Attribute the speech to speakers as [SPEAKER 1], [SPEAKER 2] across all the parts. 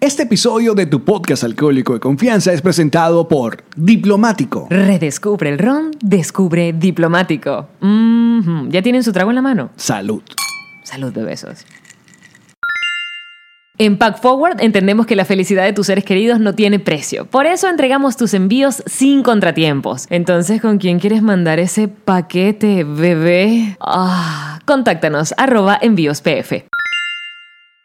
[SPEAKER 1] Este episodio de tu podcast alcohólico de confianza es presentado por Diplomático.
[SPEAKER 2] Redescubre el ron, descubre diplomático. Mhm. ¿Ya tienen su trago en la mano?
[SPEAKER 1] Salud.
[SPEAKER 2] Salud de besos. En Pack Forward entendemos que la felicidad de tus seres queridos no tiene precio. Por eso entregamos tus envíos sin contratiempos. Entonces, ¿con quién quieres mandar ese paquete, bebé? Ah, contáctanos arroba envíos pf.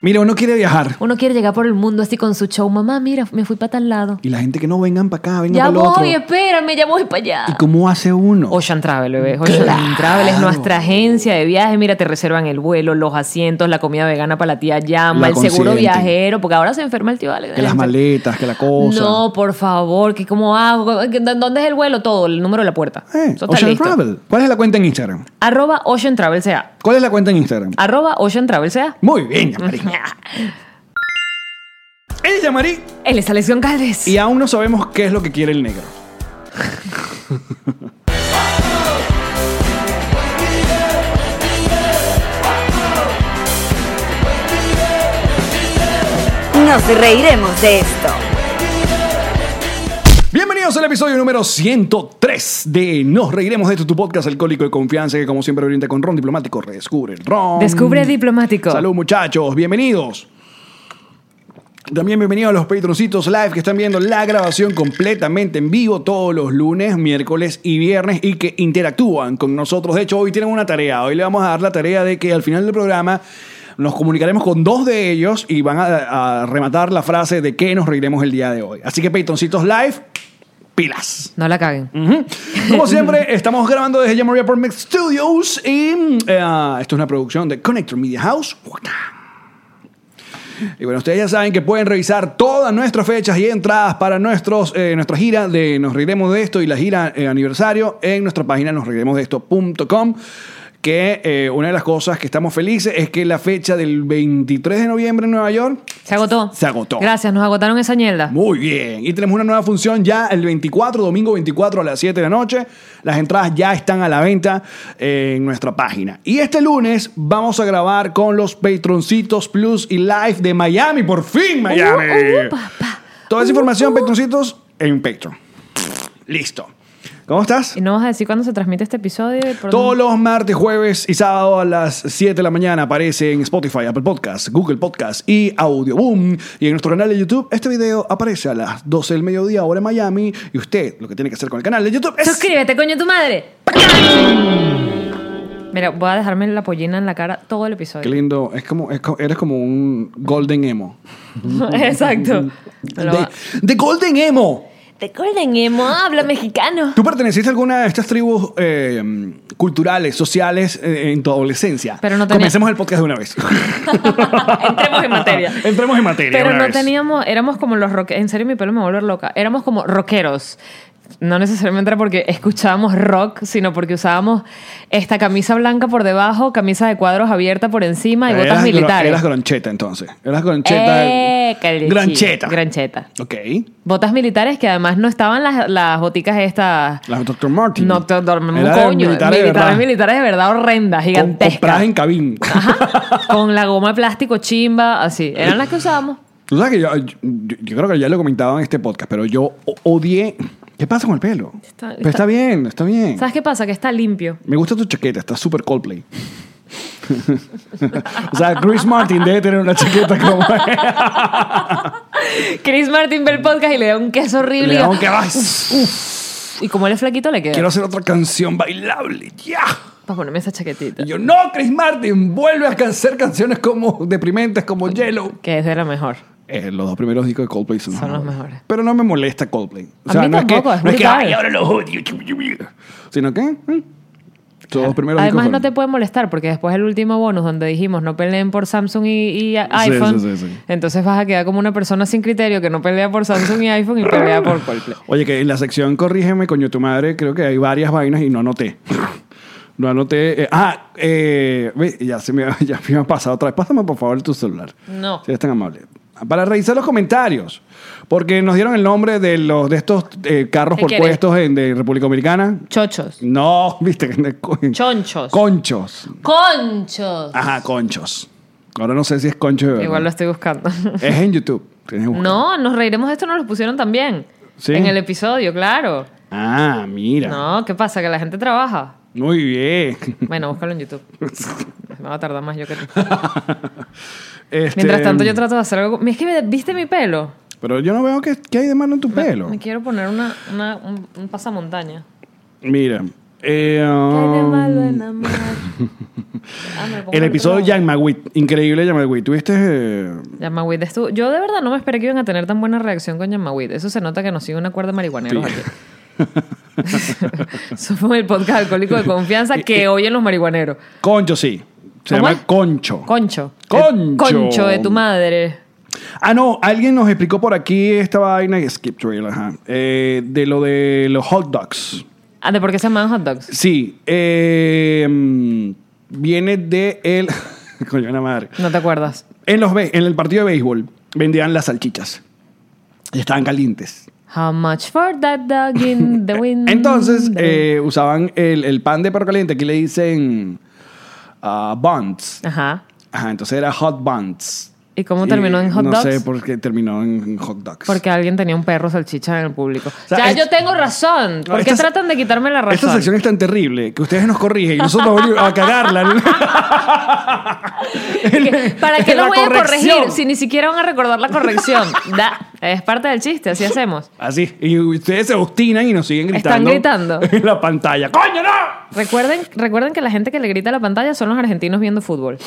[SPEAKER 1] Mira, uno quiere viajar.
[SPEAKER 2] Uno quiere llegar por el mundo así con su show. Mamá, mira, me fui para tal lado.
[SPEAKER 1] Y la gente que no vengan para acá, vengan
[SPEAKER 2] Ya
[SPEAKER 1] para
[SPEAKER 2] voy, eh,
[SPEAKER 1] otro.
[SPEAKER 2] espérame, ya voy para allá.
[SPEAKER 1] ¿Y cómo hace uno?
[SPEAKER 2] Ocean Travel, bebés. Ocean
[SPEAKER 1] Claro.
[SPEAKER 2] Travel es nuestra agencia de viajes. Mira, te reservan el vuelo, los asientos, la comida vegana para la tía
[SPEAKER 1] La
[SPEAKER 2] Llama, el seguro
[SPEAKER 1] consienten.
[SPEAKER 2] viajero, porque ahora se enferma el tío Ale.
[SPEAKER 1] que las maletas, que la cosa.
[SPEAKER 2] No, por favor, que cómo hago, que- ¿dónde es el vuelo? Todo, el número de la puerta.
[SPEAKER 1] Eh,
[SPEAKER 2] Eso está
[SPEAKER 1] Ocean
[SPEAKER 2] listo.
[SPEAKER 1] Travel. ¿Cuál es la cuenta en Instagram?
[SPEAKER 2] Arroba Ocean Travel sea.
[SPEAKER 1] ¿Cuál es la cuenta en Instagram?
[SPEAKER 2] Arroba Ocean Travel sea.
[SPEAKER 1] Muy bien, Yamari. Ella, Yamari.
[SPEAKER 2] Él es Alex Goncalves.
[SPEAKER 1] Y aún no sabemos qué es lo que quiere el negro.
[SPEAKER 3] Nos reiremos de esto.
[SPEAKER 1] Bienvenidos al episodio número 103 de Nos Reiremos de esto, tu podcast alcohólico de confianza que como siempre orienta con Ron Diplomático. Redescubre el Ron.
[SPEAKER 2] Descubre diplomático.
[SPEAKER 1] Salud muchachos, bienvenidos. También bienvenidos a los Patroncitos Live que están viendo la grabación completamente en vivo todos los lunes, miércoles y viernes y que interactúan con nosotros. De hecho, hoy tienen una tarea. Hoy le vamos a dar la tarea de que al final del programa nos comunicaremos con dos de ellos y van a, a rematar la frase de que nos reiremos el día de hoy. Así que Patroncitos Live, pilas.
[SPEAKER 2] No la caguen.
[SPEAKER 1] Ujú. Como siempre, estamos grabando desde Jamaria Apartment Studios y mm, eh, esto es una producción de Connector Media House. Y bueno, ustedes ya saben que pueden revisar todas nuestras fechas y entradas para nuestros, eh, nuestra gira de Nos Reiremos de Esto y la gira eh, aniversario en nuestra página nosreiremosdeesto.com que eh, una de las cosas que estamos felices es que la fecha del 23 de noviembre en Nueva York
[SPEAKER 2] Se agotó.
[SPEAKER 1] se agotó.
[SPEAKER 2] Gracias, nos agotaron esa ñelda.
[SPEAKER 1] Muy bien. Y tenemos una nueva función ya el 24, domingo 24 a las 7 de la noche. Las entradas ya están a la venta eh, en nuestra página. Y este lunes vamos a grabar con los Patroncitos Plus y Live de Miami. Por fin, Miami.
[SPEAKER 2] Uh, uh, papá.
[SPEAKER 1] Toda esa
[SPEAKER 2] Uh,
[SPEAKER 1] información,
[SPEAKER 2] uh.
[SPEAKER 1] Patroncitos, en Patreon. Listo. ¿Cómo estás?
[SPEAKER 2] ¿Y no vas a decir cuándo se transmite este episodio? y por
[SPEAKER 1] Todos
[SPEAKER 2] dónde?
[SPEAKER 1] los martes, jueves y sábado a las 7 de la mañana aparece en Spotify, Apple Podcast, Google Podcast y Audioboom. Y en nuestro canal de YouTube, este video aparece a las 12 del mediodía, hora en Miami. Y usted lo que tiene que hacer con el canal de YouTube es.
[SPEAKER 2] Suscríbete, coño, tu madre. Mira, voy a dejarme la pollina en la cara todo el
[SPEAKER 1] Qué
[SPEAKER 2] episodio.
[SPEAKER 1] lindo. Es como, es co- eres como un Golden Emo.
[SPEAKER 2] Exacto.
[SPEAKER 1] De, de Golden Emo.
[SPEAKER 2] Recuerden, Emo habla mexicano.
[SPEAKER 1] ¿Tú perteneciste a alguna de estas tribus eh, culturales, sociales eh, en tu adolescencia?
[SPEAKER 2] Pero no tenía-
[SPEAKER 1] Comencemos el podcast de una vez.
[SPEAKER 2] Entremos en materia.
[SPEAKER 1] Entremos en materia.
[SPEAKER 2] Pero
[SPEAKER 1] una
[SPEAKER 2] no
[SPEAKER 1] vez.
[SPEAKER 2] teníamos, éramos como los rockeros. En serio, mi pelo me va a volver loca. Éramos como rockeros. No necesariamente era porque escuchábamos rock, sino porque usábamos esta camisa blanca por debajo, camisa de cuadros abierta por encima Ah, y botas
[SPEAKER 1] Eras gro-
[SPEAKER 2] militares.
[SPEAKER 1] Eras groncheta entonces. Eras groncheta.
[SPEAKER 2] Eh, Carlichi.
[SPEAKER 1] grancheta.
[SPEAKER 2] Grancheta.
[SPEAKER 1] Ok.
[SPEAKER 2] Botas militares que además no estaban las, las boticas estas.
[SPEAKER 1] Las Dr. Martin.
[SPEAKER 2] No, te dormimos un
[SPEAKER 1] Era de
[SPEAKER 2] coño.
[SPEAKER 1] militares de verdad.
[SPEAKER 2] militares de verdad horrendas,
[SPEAKER 1] Con- compradas
[SPEAKER 2] gigantescas. Ah,
[SPEAKER 1] en cabín.
[SPEAKER 2] Con la goma de plástico chimba, así. Eran las que usábamos.
[SPEAKER 1] Tú sabes que yo, yo- yo creo que ya lo comentaba en este podcast, pero yo o- odié. ¿Qué pasa con el pelo?
[SPEAKER 2] Está-
[SPEAKER 1] Pero está bien, está bien.
[SPEAKER 2] ¿Sabes qué pasa? Que está limpio.
[SPEAKER 1] Me gusta tu chaqueta, está súper Coldplay. o sea, Chris Martin debe tener una chaqueta como.
[SPEAKER 2] Chris Martin ve el podcast y le da un queso horrible.
[SPEAKER 1] Le
[SPEAKER 2] y-
[SPEAKER 1] da un que vas.
[SPEAKER 2] Y como él es flaquito, le queda.
[SPEAKER 1] Quiero hacer otra canción bailable. ¡Ya!
[SPEAKER 2] Para ponerme esa chaquetita.
[SPEAKER 1] Y yo, no, Chris Martin, vuelve a hacer canciones como deprimentes, como Yellow.
[SPEAKER 2] Que es de la mejor.
[SPEAKER 1] Eh, los dos primeros discos de Coldplay son,
[SPEAKER 2] Son los mejores.
[SPEAKER 1] Pero no me molesta Coldplay. O
[SPEAKER 2] A
[SPEAKER 1] sea,
[SPEAKER 2] mí
[SPEAKER 1] no
[SPEAKER 2] tampoco,
[SPEAKER 1] es
[SPEAKER 2] es
[SPEAKER 1] que, no es que
[SPEAKER 2] brutal.
[SPEAKER 1] ay, ahora eh, los odio. Sino que mm, Todos primeros discos
[SPEAKER 2] Además,
[SPEAKER 1] fueron.
[SPEAKER 2] no te puede molestar porque después el último bonus donde dijimos no peleen por Samsung y, y iPhone,
[SPEAKER 1] sí, sí, sí.
[SPEAKER 2] entonces vas a quedar como una persona sin criterio que no pelea por Samsung y iPhone y pelea por Coldplay.
[SPEAKER 1] Oye, que en la sección Corrígeme, coño tu madre, creo que hay varias vainas y no anoté. No anoté. eh, ah, eh, ve, ya se me, ya me ha pasado otra vez. Pásame, por favor, tu celular.
[SPEAKER 2] No.
[SPEAKER 1] Si eres tan amable. Para revisar los comentarios, porque nos dieron el nombre de los de estos eh, carros
[SPEAKER 2] ¿Qué
[SPEAKER 1] por
[SPEAKER 2] quieres?
[SPEAKER 1] puestos en, de República Dominicana.
[SPEAKER 2] Chochos.
[SPEAKER 1] No, viste.
[SPEAKER 2] Chonchos.
[SPEAKER 1] Conchos.
[SPEAKER 2] Conchos.
[SPEAKER 1] Ajá, conchos. Ahora no sé si es concho de verdad.
[SPEAKER 2] Igual lo estoy buscando.
[SPEAKER 1] Es en YouTube. Tienes que buscar.
[SPEAKER 2] no, nos reiremos de esto, nos los pusieron también.
[SPEAKER 1] ¿Sí?
[SPEAKER 2] En el episodio, claro.
[SPEAKER 1] Ah, mira.
[SPEAKER 2] No, ¿qué pasa? Que la gente trabaja.
[SPEAKER 1] Muy bien.
[SPEAKER 2] Bueno, búscalo en YouTube. Me va a tardar más yo que tú.
[SPEAKER 1] Este,
[SPEAKER 2] Mientras tanto, yo trato de hacer algo. Es que me- viste mi pelo.
[SPEAKER 1] Pero yo no veo que, que hay de malo en tu pelo.
[SPEAKER 2] Me quiero poner una, una- un, un pasamontaña.
[SPEAKER 1] Mira. eh,
[SPEAKER 2] ¿Qué hay de malo en
[SPEAKER 1] um,
[SPEAKER 2] amar? Ah, me lo pongo
[SPEAKER 1] el
[SPEAKER 2] en
[SPEAKER 1] episodio
[SPEAKER 2] otro lado.
[SPEAKER 1] Jan Maguit. Increíble Jan Maguit. Tuviste. eh,
[SPEAKER 2] Yamawit estuvo- Yo de verdad no me esperé que iban a tener tan buena reacción con Yamawit. Eso se nota que nos sigue una cuerda de marihuaneros
[SPEAKER 1] Sí.
[SPEAKER 2] aquí. Somos el podcast alcohólico de confianza
[SPEAKER 1] Eh,
[SPEAKER 2] que oyen los marihuaneros.
[SPEAKER 1] Concho, sí. Se
[SPEAKER 2] ¿Cómo
[SPEAKER 1] llama
[SPEAKER 2] es?
[SPEAKER 1] Concho.
[SPEAKER 2] Concho. Eh,
[SPEAKER 1] Concho.
[SPEAKER 2] Concho de tu madre.
[SPEAKER 1] Ah, no, alguien nos explicó por aquí esta vaina y Skip Trail, ajá. Eh, de lo de los hot dogs.
[SPEAKER 2] Ah, ¿de por qué se llaman hot dogs?
[SPEAKER 1] Sí. eh, mm, viene de el. Coño, una madre.
[SPEAKER 2] No te acuerdas.
[SPEAKER 1] En, los, be- en el partido de béisbol vendían las salchichas. Y estaban calientes.
[SPEAKER 2] How much for that dog in the wind?
[SPEAKER 1] Entonces eh, usaban el, el pan de perro caliente. Aquí le dicen ah, buns.
[SPEAKER 2] Ajá.
[SPEAKER 1] Ajá, entonces era hot buns.
[SPEAKER 2] ¿Y cómo terminó en hot
[SPEAKER 1] no
[SPEAKER 2] dogs?
[SPEAKER 1] No sé por qué terminó en, en hot dogs.
[SPEAKER 2] Porque alguien tenía un perro salchicha en el público.
[SPEAKER 1] sea,
[SPEAKER 2] ya
[SPEAKER 1] es-
[SPEAKER 2] yo tengo razón.
[SPEAKER 1] No,
[SPEAKER 2] ¿Por qué
[SPEAKER 1] esta-
[SPEAKER 2] tratan de quitarme la razón?
[SPEAKER 1] Esta sección es tan terrible que ustedes nos corrigen y nosotros venimos a cagarla.
[SPEAKER 2] Que- ¿Para qué
[SPEAKER 1] la
[SPEAKER 2] los voy a
[SPEAKER 1] corrección.
[SPEAKER 2] corregir si ni siquiera van a recordar la corrección? Da, es parte del chiste, así hacemos.
[SPEAKER 1] Así. Y ustedes se obstinan y nos siguen
[SPEAKER 2] Están
[SPEAKER 1] gritando.
[SPEAKER 2] gritando.
[SPEAKER 1] En la pantalla. ¡Coño, no!
[SPEAKER 2] Recuerden, recuerden que la gente que le grita a la pantalla son los argentinos viendo fútbol.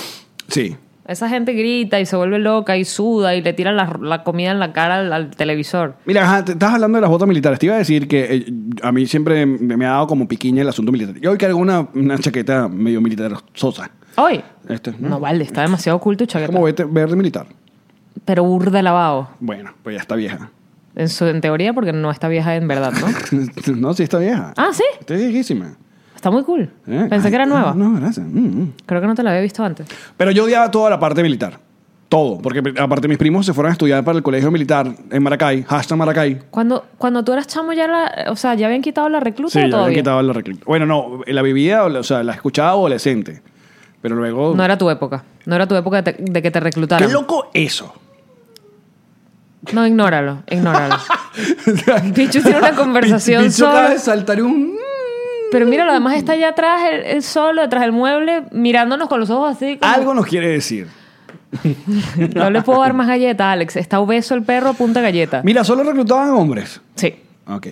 [SPEAKER 1] Sí.
[SPEAKER 2] Esa gente grita y se vuelve loca y suda y le tira la, la comida en la cara al, al televisor.
[SPEAKER 1] Mira, ajá, te estás hablando de las botas militares. Te iba a decir que eh, a mí siempre me, me ha dado como piquiña el asunto militar. Yo hoy cargo una, una chaqueta medio militar sosa.
[SPEAKER 2] Hoy.
[SPEAKER 1] Este, ¿no?
[SPEAKER 2] No vale, está demasiado oculto y chaqueta.
[SPEAKER 1] Como vete- verde militar.
[SPEAKER 2] Pero burda lavado.
[SPEAKER 1] Bueno, pues ya está vieja.
[SPEAKER 2] En, su, en teoría, porque no está vieja en verdad, ¿no?
[SPEAKER 1] no, sí está vieja.
[SPEAKER 2] Ah, sí.
[SPEAKER 1] Está viejísima.
[SPEAKER 2] Está muy cool.
[SPEAKER 1] ¿eh?
[SPEAKER 2] Pensé
[SPEAKER 1] Ay,
[SPEAKER 2] que era nueva.
[SPEAKER 1] No, gracias. Mm, mm.
[SPEAKER 2] Creo que no te la había visto antes.
[SPEAKER 1] Pero yo odiaba toda la parte militar. Todo. Porque aparte mis primos se fueron a estudiar para el colegio militar en Maracay. Hashtag Maracay.
[SPEAKER 2] Cuando, cuando tú eras chamo ya la, o sea, ya habían quitado la recluta
[SPEAKER 1] Sí,
[SPEAKER 2] o
[SPEAKER 1] ya habían
[SPEAKER 2] todavía.
[SPEAKER 1] quitado la recluta. Bueno, no, la vivía, o la- o sea, la escuchaba adolescente. Pero luego...
[SPEAKER 2] No era tu época. No era tu época de, te- de que te
[SPEAKER 1] ¡Qué
[SPEAKER 2] reclutaran.
[SPEAKER 1] loco eso!
[SPEAKER 2] No, ignóralo, ignóralo. Pichu tiene una conversación
[SPEAKER 1] Bicho acaba
[SPEAKER 2] solo.
[SPEAKER 1] de saltar un...
[SPEAKER 2] Pero mira, lo demás está allá atrás, él, él solo, detrás del mueble, mirándonos con los ojos así. como-
[SPEAKER 1] Algo nos quiere decir.
[SPEAKER 2] No le puedo dar más galleta, Alex. Está obeso el perro, punta galleta.
[SPEAKER 1] Mira, solo reclutaban hombres.
[SPEAKER 2] Sí.
[SPEAKER 1] Ok.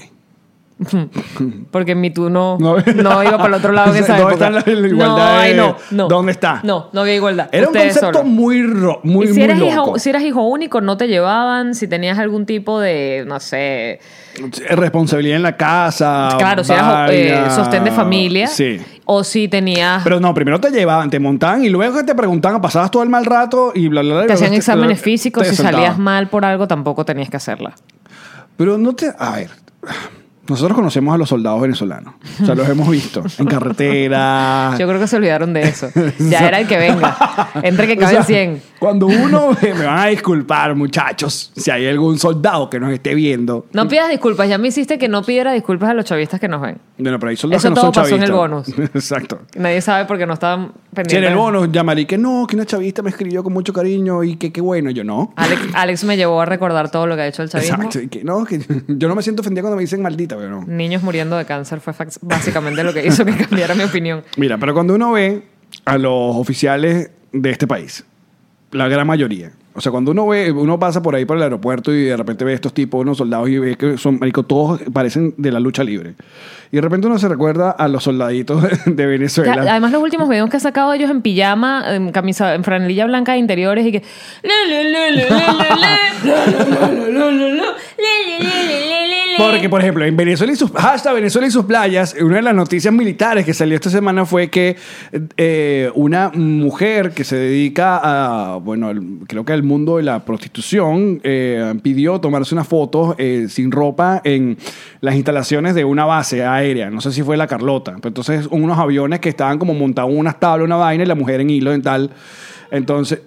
[SPEAKER 2] Porque mi tú no,
[SPEAKER 1] No.
[SPEAKER 2] no. iba para el otro lado en
[SPEAKER 1] O sea,
[SPEAKER 2] esa
[SPEAKER 1] ¿dónde
[SPEAKER 2] época.
[SPEAKER 1] está la- la igualdad
[SPEAKER 2] no, ay,
[SPEAKER 1] de-
[SPEAKER 2] no, no.
[SPEAKER 1] dónde está?
[SPEAKER 2] No, no había igualdad.
[SPEAKER 1] Era un
[SPEAKER 2] Ustedes
[SPEAKER 1] concepto
[SPEAKER 2] solos.
[SPEAKER 1] muy, ro- muy,
[SPEAKER 2] Y si,
[SPEAKER 1] muy
[SPEAKER 2] eras
[SPEAKER 1] loco.
[SPEAKER 2] Hijo, si eras hijo único, no te llevaban. Si tenías algún tipo de, no sé.
[SPEAKER 1] Responsabilidad en la casa.
[SPEAKER 2] claro, si eras eh,
[SPEAKER 1] vaina.
[SPEAKER 2] sostén de familia.
[SPEAKER 1] Ah, Sí.
[SPEAKER 2] O si tenías.
[SPEAKER 1] Pero no, primero te llevaban, te montaban y luego te preguntaban, pasabas todo el mal rato y bla, bla, bla. y
[SPEAKER 2] te
[SPEAKER 1] luego
[SPEAKER 2] hacían exámenes
[SPEAKER 1] te-
[SPEAKER 2] físicos.
[SPEAKER 1] te
[SPEAKER 2] Si
[SPEAKER 1] sentaban.
[SPEAKER 2] salías mal por algo, tampoco tenías que hacerla.
[SPEAKER 1] Pero no te. A ver. Nosotros conocemos a los soldados venezolanos. O sea, los hemos visto en carretera.
[SPEAKER 2] Yo creo que se olvidaron de eso. Ya era el que venga. Entre que
[SPEAKER 1] O sea,
[SPEAKER 2] caben 100.
[SPEAKER 1] Cuando uno. Me van a disculpar, muchachos, si hay algún soldado que nos esté viendo.
[SPEAKER 2] No pidas disculpas. Ya me hiciste que no pidiera disculpas a los chavistas que nos ven.
[SPEAKER 1] Bueno, pero hay soldados
[SPEAKER 2] Eso
[SPEAKER 1] que no son
[SPEAKER 2] todo pasó en el
[SPEAKER 1] chavistas. Exacto.
[SPEAKER 2] Nadie sabe porque no estaban pendientes.
[SPEAKER 1] Si en el bono llamarí que no, que una chavista me escribió con mucho cariño y que qué bueno. Yo no.
[SPEAKER 2] Alex, Alex me llevó a recordar todo lo que ha hecho el chavismo.
[SPEAKER 1] Exacto. y que no, que yo no me siento ofendida cuando me dicen maldita, pero no.
[SPEAKER 2] Niños muriendo de cáncer fue fax- básicamente lo que hizo que cambiara mi opinión.
[SPEAKER 1] Mira, pero cuando uno ve a los oficiales de este país, la gran mayoría, o sea, cuando uno ve, uno pasa por ahí por el aeropuerto y de repente ve estos tipos, unos soldados y ve que son, marico, todos parecen de la lucha libre. Y de repente uno se recuerda a los soldaditos de
[SPEAKER 2] Ya,
[SPEAKER 1] Venezuela.
[SPEAKER 2] además, los últimos videos que ha sacado ellos en pijama, en camisa, en franelilla blanca de interiores y que. Chile.
[SPEAKER 1] Porque, pues, por ejemplo, en Venezuela y sus, hasta Venezuela y sus playas, una de las noticias militares que salió esta semana fue que eh, una mujer que se dedica a, bueno, al- creo que al mundo de la prostitución, eh, pidió tomarse una foto eh, sin ropa en las instalaciones de una base aérea. No sé si fue la Carlota. Pero entonces, unos aviones que estaban como montados en unas tablas, una vaina, y la mujer en hilo dental. Entonces,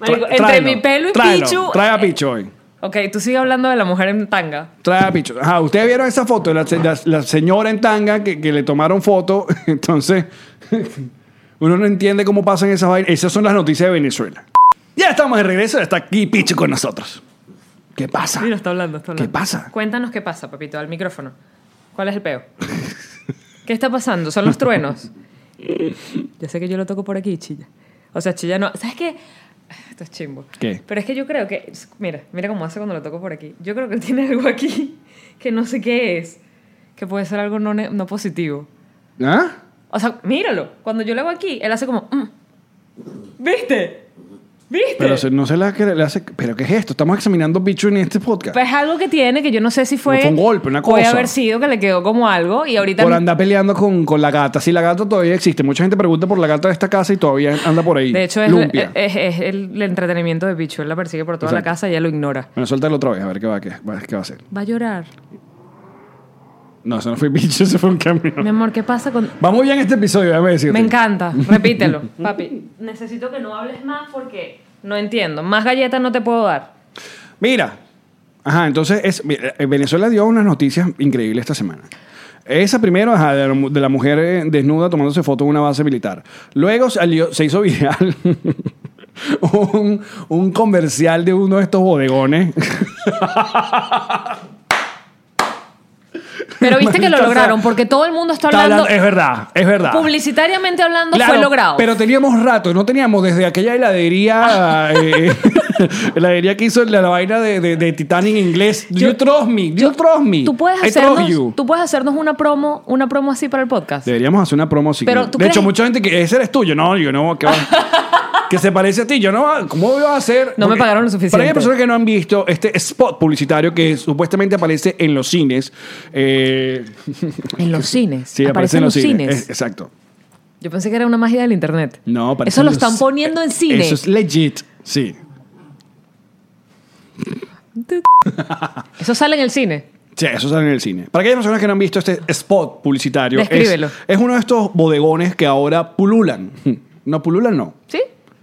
[SPEAKER 2] Marico,
[SPEAKER 1] tra-
[SPEAKER 2] entre
[SPEAKER 1] tráelo,
[SPEAKER 2] mi pelo y
[SPEAKER 1] tráelo,
[SPEAKER 2] Pichu. eh,
[SPEAKER 1] Trae a Pichu hoy.
[SPEAKER 2] Ok, tú sigues hablando de la mujer en tanga.
[SPEAKER 1] Trae a Pichu. Ajá, ustedes vieron esa foto de la, se- la- la señora en tanga que, que le tomaron foto. Entonces, uno no entiende cómo pasan esas vainas. Esas son las noticias de Venezuela. Ya estamos de regreso. Está aquí Pichu con nosotros. ¿Qué pasa?
[SPEAKER 2] Mira, está hablando, está hablando.
[SPEAKER 1] ¿Qué pasa?
[SPEAKER 2] Cuéntanos qué pasa, papito, al micrófono. ¿Cuál es el peo? ¿Qué está pasando? ¿Son los truenos? Yo sé que yo lo toco por aquí, chilla. O sea, chilla no. ¿Sabes qué? Esto es chimbo.
[SPEAKER 1] ¿Qué?
[SPEAKER 2] Pero es que yo creo que. Mira, mira cómo hace cuando lo toco por aquí. Yo creo que él tiene algo aquí que no sé qué es. Que puede ser algo no, ne- no positivo.
[SPEAKER 1] ¿Ah?
[SPEAKER 2] O sea, míralo. Cuando yo lo hago aquí, él hace como. "Mm". ¿Viste? ¿Viste?
[SPEAKER 1] Pero se- no se la que le hace. ¿Pero qué es esto? Estamos examinando Pichu en este podcast.
[SPEAKER 2] Pues algo que tiene que yo no sé si fue.
[SPEAKER 1] Fue un golpe, una
[SPEAKER 2] Puede
[SPEAKER 1] cosa.
[SPEAKER 2] haber sido que le quedó como algo y ahorita.
[SPEAKER 1] por andar peleando con, con la gata. Sí, la gata todavía existe. Mucha gente pregunta por la gata de esta casa y todavía anda por ahí.
[SPEAKER 2] de hecho, es, eh,
[SPEAKER 1] Lumpia.
[SPEAKER 2] es- es el, el entretenimiento de Pichu. Él la persigue por toda
[SPEAKER 1] Exacto.
[SPEAKER 2] la casa y ella lo ignora.
[SPEAKER 1] Bueno, suéltalo otra vez, a ver qué va, qué, va- qué va a hacer.
[SPEAKER 2] Va a llorar.
[SPEAKER 1] No, eso no fue Pichu, eso fue un camión.
[SPEAKER 2] Mi amor, ¿qué pasa con.?
[SPEAKER 1] Va muy bien este episodio, déjame decirte.
[SPEAKER 2] Me encanta. Repítelo. Papi, necesito que no hables más porque no entiendo. Más galletas no te puedo dar.
[SPEAKER 1] Mira. Ajá, entonces es, mira, eh, Venezuela dio unas noticias increíbles esta semana. Esa primero, ajá, de la, mu- de la mujer eh, desnuda tomándose foto en una base militar. Luego salió, se hizo viral un, un comercial de uno de estos bodegones.
[SPEAKER 2] Pero viste que
[SPEAKER 1] Maldita
[SPEAKER 2] lo
[SPEAKER 1] sea.
[SPEAKER 2] lograron porque todo el mundo está
[SPEAKER 1] Está
[SPEAKER 2] hablando.
[SPEAKER 1] hablando- es verdad, es verdad.
[SPEAKER 2] Publicitariamente hablando
[SPEAKER 1] Claro,
[SPEAKER 2] fue logrado.
[SPEAKER 1] Pero teníamos rato, no teníamos desde aquella
[SPEAKER 2] Ah.
[SPEAKER 1] heladería, eh, heladería que hizo la, la vaina de, de, de Titanic en inglés. Do
[SPEAKER 2] Yo-
[SPEAKER 1] you trust me? Do you trust me?
[SPEAKER 2] Tú puedes,
[SPEAKER 1] I trust
[SPEAKER 2] hacernos,
[SPEAKER 1] you.
[SPEAKER 2] tú puedes hacernos una promo, una promo así para el podcast.
[SPEAKER 1] Deberíamos hacer una promo así.
[SPEAKER 2] Pero,
[SPEAKER 1] de
[SPEAKER 2] ¿tú
[SPEAKER 1] hecho,
[SPEAKER 2] crees-
[SPEAKER 1] mucha gente que ese eres tú. Yo no, yo no, que va. Que se parece a ti, yo no, ah, ¿cómo voy a hacer?
[SPEAKER 2] No me pagaron lo
[SPEAKER 1] Para aquellas
[SPEAKER 2] suficiente.
[SPEAKER 1] personas que no han visto este spot publicitario que supuestamente aparece en los cines. eh,
[SPEAKER 2] En los cines.
[SPEAKER 1] sí, aparece en los cines. Es- exacto.
[SPEAKER 2] Yo pensé que era una magia del internet.
[SPEAKER 1] No, aparece
[SPEAKER 2] Eso
[SPEAKER 1] en
[SPEAKER 2] lo
[SPEAKER 1] los-
[SPEAKER 2] están poniendo en cine.
[SPEAKER 1] eh, Eso es legit, sí.
[SPEAKER 2] Eso sale en el cine.
[SPEAKER 1] Sí, eso sale en el cine. Para aquellas personas que no han visto este spot publicitario, es,
[SPEAKER 2] Descríbelo. Hmm.
[SPEAKER 1] es uno de estos bodegones que ahora pululan. No, pululan no.
[SPEAKER 2] ¿Sí?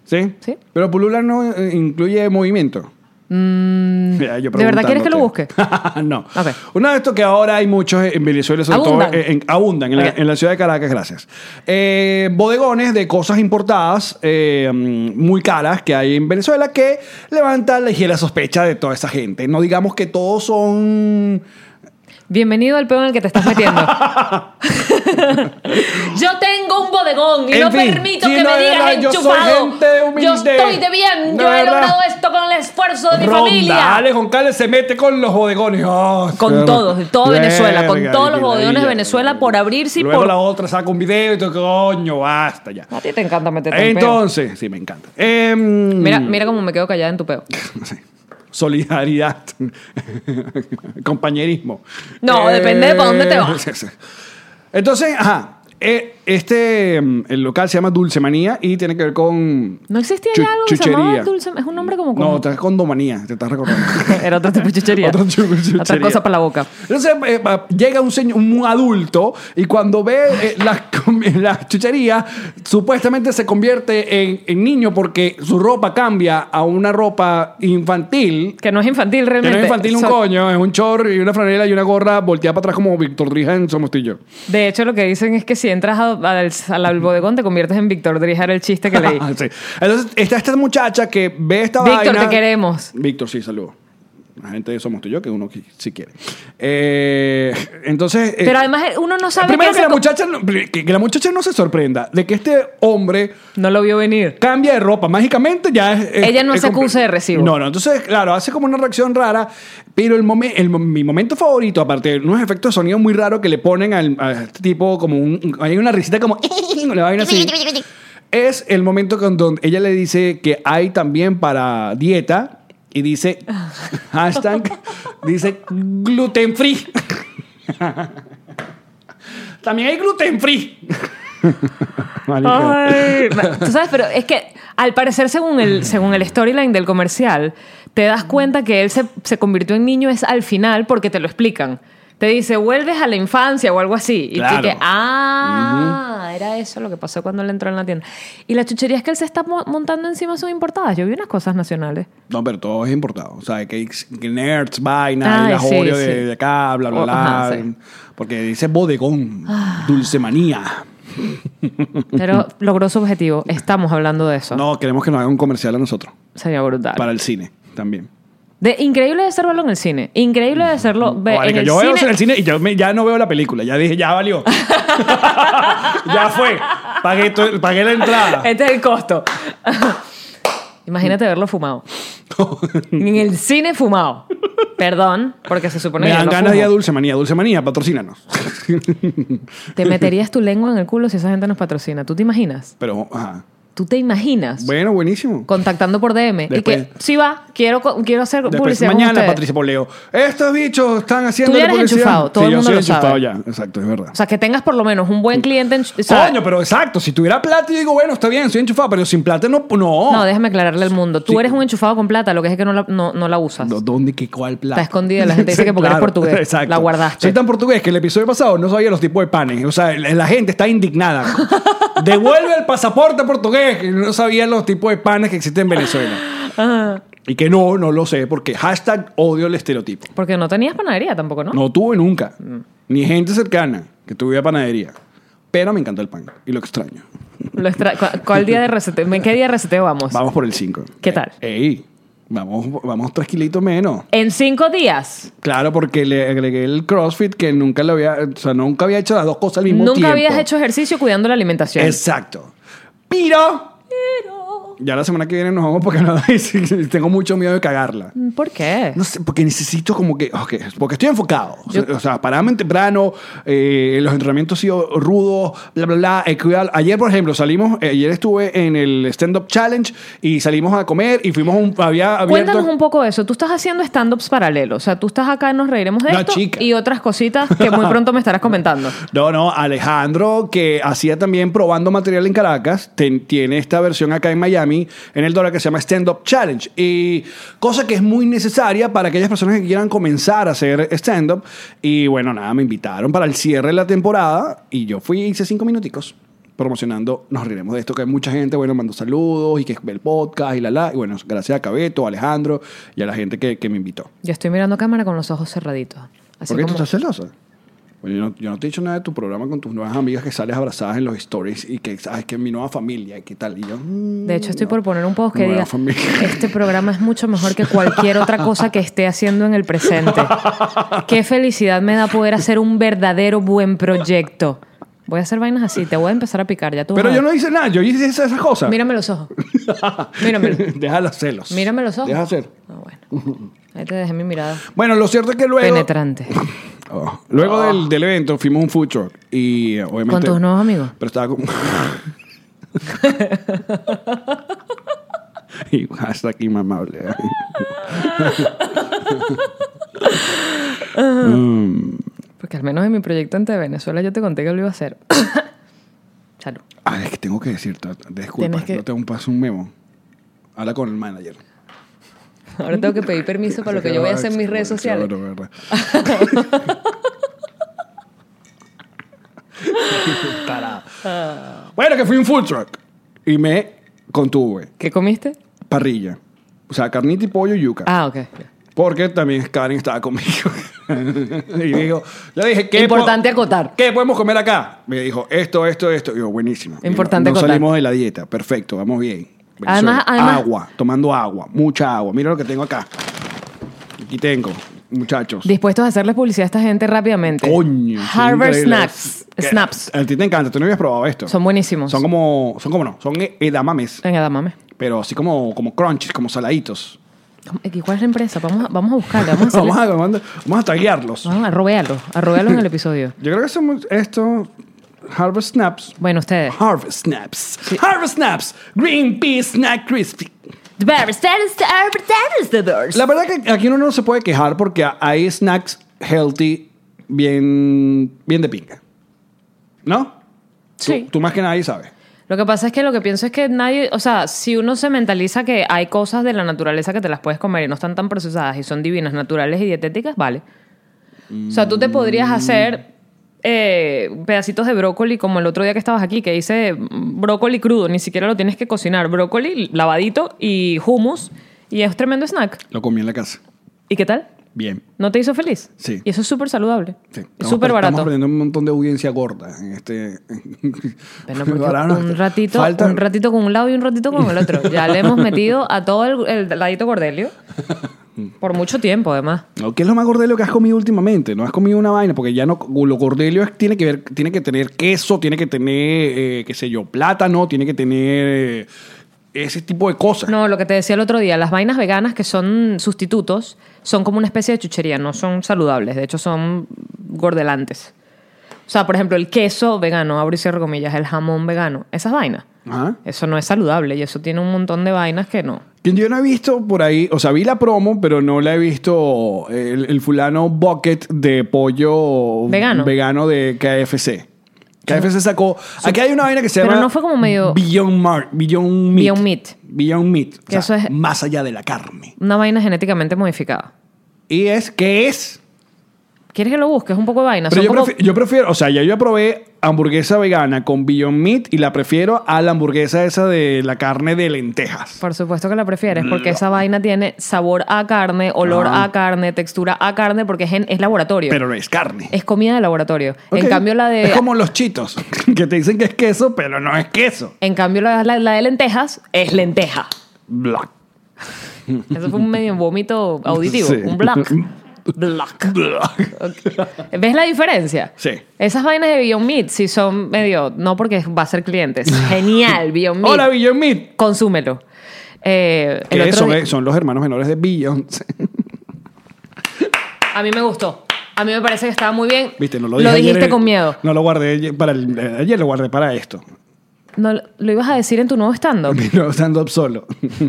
[SPEAKER 1] ¿Sí?
[SPEAKER 2] Sí.
[SPEAKER 1] Pero pululan no eh, incluye movimiento. Mira, yo
[SPEAKER 2] Mm, ¿de verdad quieres que lo
[SPEAKER 1] preguntándote. no.
[SPEAKER 2] Ok.
[SPEAKER 1] Uno de estos que ahora hay muchos en Venezuela, sobre
[SPEAKER 2] Abundan.
[SPEAKER 1] todo en, en- abundan en,
[SPEAKER 2] Ok.
[SPEAKER 1] la, en la ciudad de Caracas, gracias. Eh, bodegones de cosas importadas eh, mm, muy caras que hay en Venezuela que levantan la ligera sospecha de toda esa gente. No digamos que todos son...
[SPEAKER 2] Bienvenido al peón en el que te estás metiendo. yo tengo un bodegón y
[SPEAKER 1] En
[SPEAKER 2] no
[SPEAKER 1] fin,
[SPEAKER 2] permito
[SPEAKER 1] sí,
[SPEAKER 2] que
[SPEAKER 1] no,
[SPEAKER 2] me
[SPEAKER 1] de
[SPEAKER 2] digas
[SPEAKER 1] verdad, yo soy
[SPEAKER 2] enchufado.
[SPEAKER 1] gente humilde.
[SPEAKER 2] Yo estoy de bien.
[SPEAKER 1] De
[SPEAKER 2] yo he
[SPEAKER 1] verdad.
[SPEAKER 2] logrado esto con el esfuerzo de mi
[SPEAKER 1] Ronda.
[SPEAKER 2] familia.
[SPEAKER 1] Alex Goncalves se mete con los bodegones. Oh,
[SPEAKER 2] Con
[SPEAKER 1] qué-
[SPEAKER 2] todos, de todo Venezuela, con
[SPEAKER 1] Verga,
[SPEAKER 2] todos
[SPEAKER 1] qué
[SPEAKER 2] los bodegones de
[SPEAKER 1] maravilla.
[SPEAKER 2] Venezuela por abrirse y
[SPEAKER 1] Luego
[SPEAKER 2] por-
[SPEAKER 1] la otra saca un video y todo, coño, basta ya.
[SPEAKER 2] A ti te encanta meterte en peo.
[SPEAKER 1] Entonces, sí, me encanta. Em,
[SPEAKER 2] Mira, mira cómo me quedo callada en tu peo.
[SPEAKER 1] sí. Solidaridad. Compañerismo. Eh,
[SPEAKER 2] No, depende de pa' dónde te vas.
[SPEAKER 1] sí, sí. Entonces, ajá. eh, Este, em, el local se llama Dulcemanía y tiene que ver con...
[SPEAKER 2] ¿No existía
[SPEAKER 1] chu-
[SPEAKER 2] ya algo que se
[SPEAKER 1] chuchería.
[SPEAKER 2] llamaba dulce? Es un nombre como...
[SPEAKER 1] No, estás con domanía, te estás recordando.
[SPEAKER 2] Era otro tipo de chuchería.
[SPEAKER 1] Otro tipo de chuchería.
[SPEAKER 2] Otra cosa para la boca.
[SPEAKER 1] Entonces eh, va- llega un, señor, un adulto y cuando ve eh, las, com- las chucherías, supuestamente se convierte en, en niño porque su ropa cambia a una ropa infantil.
[SPEAKER 2] Que no es infantil
[SPEAKER 1] Que
[SPEAKER 2] realmente.
[SPEAKER 1] no es infantil un
[SPEAKER 2] So-
[SPEAKER 1] coño, es un chor y una franela y una gorra volteada para atrás como Víctor Drija en Somos tú y yo.
[SPEAKER 2] De hecho, lo que dicen es que si entras a- a- al, al, bodegón te conviertes en Víctor Drijar, el chiste que leí.
[SPEAKER 1] Sí. Entonces está esta muchacha que ve esta
[SPEAKER 2] Víctor,
[SPEAKER 1] vaina.
[SPEAKER 2] te queremos.
[SPEAKER 1] Víctor, sí, saludo. La gente de Somos tú y yo, que uno qui- sí quiere. Eh, entonces. eh,
[SPEAKER 2] Pero además uno no sabe
[SPEAKER 1] Primero
[SPEAKER 2] qué
[SPEAKER 1] que la,
[SPEAKER 2] hacer con-
[SPEAKER 1] muchacha, no- que que la muchacha no se sorprenda de que este hombre
[SPEAKER 2] No lo vio venir.
[SPEAKER 1] cambia de ropa mágicamente ya es, es-
[SPEAKER 2] Ella no
[SPEAKER 1] es
[SPEAKER 2] se
[SPEAKER 1] compl-
[SPEAKER 2] acusa de recibo.
[SPEAKER 1] no no entonces claro hace como una reacción rara pero el momen- el mo- mi momento favorito aparte de unos efectos de sonido muy raros que le ponen al, a este tipo como un hay una risita como la vaina así es el momento con donde ella le dice que hay también para dieta y dice hashtag, dice gluten free. También hay gluten free. Marica.
[SPEAKER 2] Ay, ma- Tú sabes, pero es que al parecer, según el, según el storyline del comercial, te das cuenta que él se, se convirtió en niño es al final porque te lo explican. Te dice, vuelves a la infancia o algo así. Y tú
[SPEAKER 1] Claro.
[SPEAKER 2] que, ah, era eso lo que pasó cuando él entró en la tienda. Y la chuchería es que él se está mo- montando encima son importadas. Yo vi unas cosas nacionales.
[SPEAKER 1] No, pero todo es importado. O sea, que, que nerds, vaina,
[SPEAKER 2] Ay,
[SPEAKER 1] y las
[SPEAKER 2] sí,
[SPEAKER 1] Oreo
[SPEAKER 2] sí.
[SPEAKER 1] De, de acá, bla, bla,
[SPEAKER 2] O-
[SPEAKER 1] bla.
[SPEAKER 2] ajá, sí. Ah.
[SPEAKER 1] Porque dice bodegón, dulce manía.
[SPEAKER 2] Pero logró su objetivo. Estamos hablando de eso.
[SPEAKER 1] No, queremos que nos haga un comercial a nosotros.
[SPEAKER 2] Sería brutal.
[SPEAKER 1] Para el cine también.
[SPEAKER 2] De, increíble de hacerlo en el cine. Increíble de hacerlo ve- en
[SPEAKER 1] Marica,
[SPEAKER 2] el
[SPEAKER 1] yo veo
[SPEAKER 2] cine.
[SPEAKER 1] eso en el cine y yo me- ya no veo la película. Ya dije, ya valió. ya fue. Pagué, to- pagué la entrada.
[SPEAKER 2] Este es el costo. Imagínate verlo fumado. En el cine fumado. Perdón, porque se supone
[SPEAKER 1] Me
[SPEAKER 2] que yo
[SPEAKER 1] dan
[SPEAKER 2] no
[SPEAKER 1] ganas de ir a
[SPEAKER 2] fumo.
[SPEAKER 1] Dulce Manía. Dulce Manía, patrocínanos.
[SPEAKER 2] Te meterías tu lengua en el culo si esa gente nos patrocina. ¿Tú te imaginas?
[SPEAKER 1] Pero, ajá.
[SPEAKER 2] ¿Tú te imaginas?
[SPEAKER 1] Bueno, buenísimo.
[SPEAKER 2] Contactando por DM. y
[SPEAKER 1] Después-
[SPEAKER 2] que, sí va, quiero, co- quiero hacer
[SPEAKER 1] Después
[SPEAKER 2] publicidad con
[SPEAKER 1] mañana,
[SPEAKER 2] ustedes".
[SPEAKER 1] Patricia Poleo. Estos bichos están haciendo.
[SPEAKER 2] Tú ya eres enchufado, todo
[SPEAKER 1] sí,
[SPEAKER 2] el mundo
[SPEAKER 1] yo
[SPEAKER 2] lo
[SPEAKER 1] soy enchufado ya.
[SPEAKER 2] sabe.
[SPEAKER 1] Exacto, es verdad.
[SPEAKER 2] O sea, que tengas por lo menos un buen cliente. en- o sea,
[SPEAKER 1] Coño, pero exacto. Si tuviera plata, yo digo, bueno, está bien, soy enchufado, pero sin plata no. No.
[SPEAKER 2] No, déjame aclararle al mundo. Tú
[SPEAKER 1] Oh. Sí.
[SPEAKER 2] eres un enchufado con plata, lo que es que no la, no, no la usas.
[SPEAKER 1] No, ¿Dónde qué cuál plata?
[SPEAKER 2] Está escondida, la gente dice que porque eres portugués.
[SPEAKER 1] Exacto.
[SPEAKER 2] La guardaste.
[SPEAKER 1] Soy tan portugués que el episodio pasado no sabía los tipos de panes. O sea, la la gente está indignada. Devuelve el pasaporte portugués. que No sabía los tipos de panes que existen en Venezuela.
[SPEAKER 2] Ah.
[SPEAKER 1] Y que no, no lo sé, porque hashtag odio el estereotipo.
[SPEAKER 2] Porque no tenías panadería tampoco, ¿no?
[SPEAKER 1] No tuve nunca.
[SPEAKER 2] Mm.
[SPEAKER 1] Ni gente cercana que tuviera panadería. Pero me encanta el pan y lo extraño.
[SPEAKER 2] Lo extra- ¿cu- ¿Cuál día de reseteo? ¿En qué día de reseteo vamos?
[SPEAKER 1] Vamos por el 5.
[SPEAKER 2] ¿Qué tal?
[SPEAKER 1] Ey, vamos, vamos tres kilitos menos.
[SPEAKER 2] En cinco días.
[SPEAKER 1] Claro, porque le agregué el CrossFit que nunca le había, o sea, nunca había hecho las dos cosas al mismo
[SPEAKER 2] Nunca
[SPEAKER 1] tiempo.
[SPEAKER 2] habías hecho ejercicio cuidando la alimentación.
[SPEAKER 1] Exacto. Pero ya la semana que viene nos vamos porque no, y tengo mucho miedo de cagarla.
[SPEAKER 2] ¿Por qué?
[SPEAKER 1] No sé, porque necesito como que, ok, porque estoy enfocado. O sea,
[SPEAKER 2] Yo-
[SPEAKER 1] o sea, pararme temprano, eh, los entrenamientos han sido rudos, bla, bla, bla. eh, cuidado. Ayer, por ejemplo, salimos, eh, ayer estuve en el stand-up challenge y salimos a comer y fuimos a un, había abierto...
[SPEAKER 2] Cuéntanos un poco de eso. Tú estás haciendo stand-ups paralelos. O sea, tú estás acá, nos reiremos de
[SPEAKER 1] No,
[SPEAKER 2] esto
[SPEAKER 1] chica.
[SPEAKER 2] y otras cositas que muy pronto me estarás comentando.
[SPEAKER 1] No, no, Alejandro, que hacía también probando material en Caracas, ten- tiene esta versión acá en Miami, en el dólar que se llama Stand Up Challenge. Y cosa que es muy necesaria para aquellas personas que quieran comenzar a hacer stand up. Y bueno, nada, me invitaron para el cierre de la temporada y yo fui e hice cinco minuticos promocionando, nos riremos de esto, que hay mucha gente, bueno, mandó saludos y que ve el podcast y la la. Y bueno, gracias a Cabeto, a Alejandro y a la gente que, que me invitó.
[SPEAKER 2] Yo estoy mirando cámara con los ojos cerraditos. Así
[SPEAKER 1] ¿Por qué tú
[SPEAKER 2] como-
[SPEAKER 1] estás celosa? Bueno, yo, no, yo no te he dicho nada de tu programa con tus nuevas amigas que sales abrazadas en los stories y que sabes que mi nueva familia y qué tal. Y yo, mm,
[SPEAKER 2] De hecho, estoy
[SPEAKER 1] no.
[SPEAKER 2] por poner un post que
[SPEAKER 1] Nueva
[SPEAKER 2] diga,
[SPEAKER 1] familia.
[SPEAKER 2] este programa es mucho mejor que cualquier otra cosa que esté haciendo en el presente. Qué felicidad me da poder hacer un verdadero buen proyecto. Voy a hacer vainas así, te voy a empezar a picar, ya tú. vas
[SPEAKER 1] Pero
[SPEAKER 2] a
[SPEAKER 1] yo
[SPEAKER 2] ver.
[SPEAKER 1] no hice nada, yo hice esas, esas cosas.
[SPEAKER 2] Mírame los ojos. Mírame.
[SPEAKER 1] Deja los celos.
[SPEAKER 2] Mírame los ojos.
[SPEAKER 1] Deja hacer.
[SPEAKER 2] Ah, bueno. Ahí te dejé mi mirada.
[SPEAKER 1] Bueno, lo cierto es que luego.
[SPEAKER 2] Penetrante.
[SPEAKER 1] Oh. Luego del, del evento fuimos a un food truck y eh, obviamente.
[SPEAKER 2] Con tus nuevos amigos.
[SPEAKER 1] Pero estaba con. y ah, hashtag inmamable.
[SPEAKER 2] Porque al menos en mi proyecto ante Venezuela yo te conté que lo iba a hacer. Salud.
[SPEAKER 1] Ay, Ah, es que tengo que decirte, disculpa,
[SPEAKER 2] Tienes que-
[SPEAKER 1] yo tengo un paso, un memo. Habla con el manager.
[SPEAKER 2] Ahora tengo que pedir permiso para lo que yo voy a hacer en mis redes sociales.
[SPEAKER 1] Claro, verdad.
[SPEAKER 2] Ah.
[SPEAKER 1] Tarado. bueno, que fui a un food truck y me contuve.
[SPEAKER 2] ¿Qué comiste?
[SPEAKER 1] Parrilla. O sea, carnita y pollo y yuca.
[SPEAKER 2] Ah, ok.
[SPEAKER 1] Porque también Karen estaba conmigo. y dijo, le dije, ¿qué po-
[SPEAKER 2] Importante acotar.
[SPEAKER 1] ¿Qué podemos comer acá? Me dijo, esto, esto, esto. Y yo, buenísimo.
[SPEAKER 2] Importante
[SPEAKER 1] Y no, no
[SPEAKER 2] contar.
[SPEAKER 1] salimos de la dieta. Perfecto, vamos bien. Venezuela.
[SPEAKER 2] Además- además-
[SPEAKER 1] agua, tomando agua, mucha agua. Mira lo que tengo acá. Aquí tengo, muchachos.
[SPEAKER 2] Dispuestos a hacerles publicidad a esta gente rápidamente.
[SPEAKER 1] Coño. sí,
[SPEAKER 2] Harvard
[SPEAKER 1] increíble.
[SPEAKER 2] Snacks.
[SPEAKER 1] Que-
[SPEAKER 2] Snaps.
[SPEAKER 1] A ti te encanta, tú no habías probado esto.
[SPEAKER 2] Son buenísimos.
[SPEAKER 1] Son como, son como no, son e-, edamames,
[SPEAKER 2] En Adamame.
[SPEAKER 1] pero así como, como crunches, como saladitos.
[SPEAKER 2] Ah, ¿Y cuál es la empresa? Vamos a, vamos a buscarla. Vamos a, hacerle-
[SPEAKER 1] Vamos a, vamos a, vamos a taguearlos.
[SPEAKER 2] vamos a robearlo. A robearlo en el episodio.
[SPEAKER 1] Yo creo que hacemos esto, Harvest Snaps.
[SPEAKER 2] Bueno, ustedes.
[SPEAKER 1] Harvest Snaps. Harvest Snaps. Green Pea Snack Crispy. La verdad que aquí uno no se puede quejar porque hay snacks healthy bien, bien de pinga. ¿No? Tú-
[SPEAKER 2] Sí.
[SPEAKER 1] Tú, más que nadie sabes.
[SPEAKER 2] Lo que pasa es que lo que pienso es que nadie, o sea, si uno se mentaliza que hay cosas de la naturaleza que te las puedes comer y no están tan procesadas y son divinas, naturales y dietéticas, vale. O sea, tú te podrías hacer eh, pedacitos de brócoli como el otro día que estabas aquí, que hice mm, brócoli crudo, ni siquiera lo tienes que cocinar, brócoli lavadito y hummus y es tremendo snack.
[SPEAKER 1] Lo comí en la casa.
[SPEAKER 2] ¿Y qué tal?
[SPEAKER 1] Bien.
[SPEAKER 2] ¿No te hizo feliz?
[SPEAKER 1] Sí.
[SPEAKER 2] Y eso es súper saludable.
[SPEAKER 1] Sí.
[SPEAKER 2] Es
[SPEAKER 1] Estamos-
[SPEAKER 2] súper
[SPEAKER 1] Estamos
[SPEAKER 2] barato.
[SPEAKER 1] perdiendo un montón de audiencia gorda en este.
[SPEAKER 2] Bueno, porque
[SPEAKER 1] Ahora no-
[SPEAKER 2] un ratito,
[SPEAKER 1] falta-
[SPEAKER 2] un ratito con un lado y un ratito con el otro. Ya le hemos metido a todo el, el ladito Cordelio. Por mucho tiempo, además.
[SPEAKER 1] No, ¿Qué es lo más gordelio que has comido últimamente? No has comido una vaina, porque ya no. Lo gordelio es- tiene que ver, tiene que tener queso, tiene que tener, eh, qué sé yo, plátano, tiene que tener eh, ese tipo de cosas.
[SPEAKER 2] No, lo que te decía el otro día, las vainas veganas que son sustitutos son como una especie de chuchería, no son saludables, de hecho son gordelantes. O sea, por ejemplo, el queso vegano, abro y cierro comillas, el jamón vegano, esas vainas.
[SPEAKER 1] Ajá.
[SPEAKER 2] Eso no es saludable y eso tiene un montón de vainas que no.
[SPEAKER 1] Que yo no he visto por ahí, o sea, vi la promo, pero no la he visto eh, el, el fulano bucket de pollo
[SPEAKER 2] Vegano. Ah.
[SPEAKER 1] de KFC. KFC sacó. Aquí hay una vaina que se
[SPEAKER 2] Pero
[SPEAKER 1] llama.
[SPEAKER 2] no fue como medio-
[SPEAKER 1] Beyond, Mar- Beyond Meat.
[SPEAKER 2] Beyond Meat.
[SPEAKER 1] Beyond Meat. O
[SPEAKER 2] Que
[SPEAKER 1] sea,
[SPEAKER 2] eso es-
[SPEAKER 1] Más allá de la carne.
[SPEAKER 2] Una vaina genéticamente modificada.
[SPEAKER 1] Y es, ¿qué es?
[SPEAKER 2] ¿Quieres que lo busques? Un poco de vaina.
[SPEAKER 1] Pero
[SPEAKER 2] son
[SPEAKER 1] yo,
[SPEAKER 2] como-
[SPEAKER 1] prefi- yo prefiero, o sea, ya yo probé hamburguesa vegana con Beyond Meat y la prefiero a la hamburguesa esa de la carne de lentejas.
[SPEAKER 2] Por supuesto que la prefieres, porque esa vaina tiene sabor a carne, olor
[SPEAKER 1] Ajá.
[SPEAKER 2] a carne, textura a carne, porque es, en- es laboratorio.
[SPEAKER 1] Pero no es carne.
[SPEAKER 2] es comida de laboratorio.
[SPEAKER 1] Ok.
[SPEAKER 2] En cambio, la de.
[SPEAKER 1] Es como los chitos, que te dicen que es queso, pero no es queso.
[SPEAKER 2] En cambio, la, la- la de lentejas es lenteja.
[SPEAKER 1] Black.
[SPEAKER 2] Eso fue un medio vómito auditivo.
[SPEAKER 1] Sí.
[SPEAKER 2] Un black. Black.
[SPEAKER 1] Black.
[SPEAKER 2] Ok. ¿Ves la diferencia?
[SPEAKER 1] Sí.
[SPEAKER 2] Esas vainas de Beyond Meat sí son medio. No porque va a ser clientes. Genial, Beyond Meat.
[SPEAKER 1] Hola, Beyond Meat.
[SPEAKER 2] Consúmelo. Eh,
[SPEAKER 1] Que
[SPEAKER 2] el otro
[SPEAKER 1] son,
[SPEAKER 2] día-
[SPEAKER 1] eh, son los hermanos menores de Beyoncé.
[SPEAKER 2] A mí me gustó. A mí me parece que estaba muy bien.
[SPEAKER 1] Viste, no lo dije ayer,
[SPEAKER 2] dijiste
[SPEAKER 1] eh,
[SPEAKER 2] con miedo.
[SPEAKER 1] No lo guardé para el- eh, ayer, lo guardé para esto.
[SPEAKER 2] No, lo ibas a decir en tu nuevo stand-up.
[SPEAKER 1] Vino stand-up solo.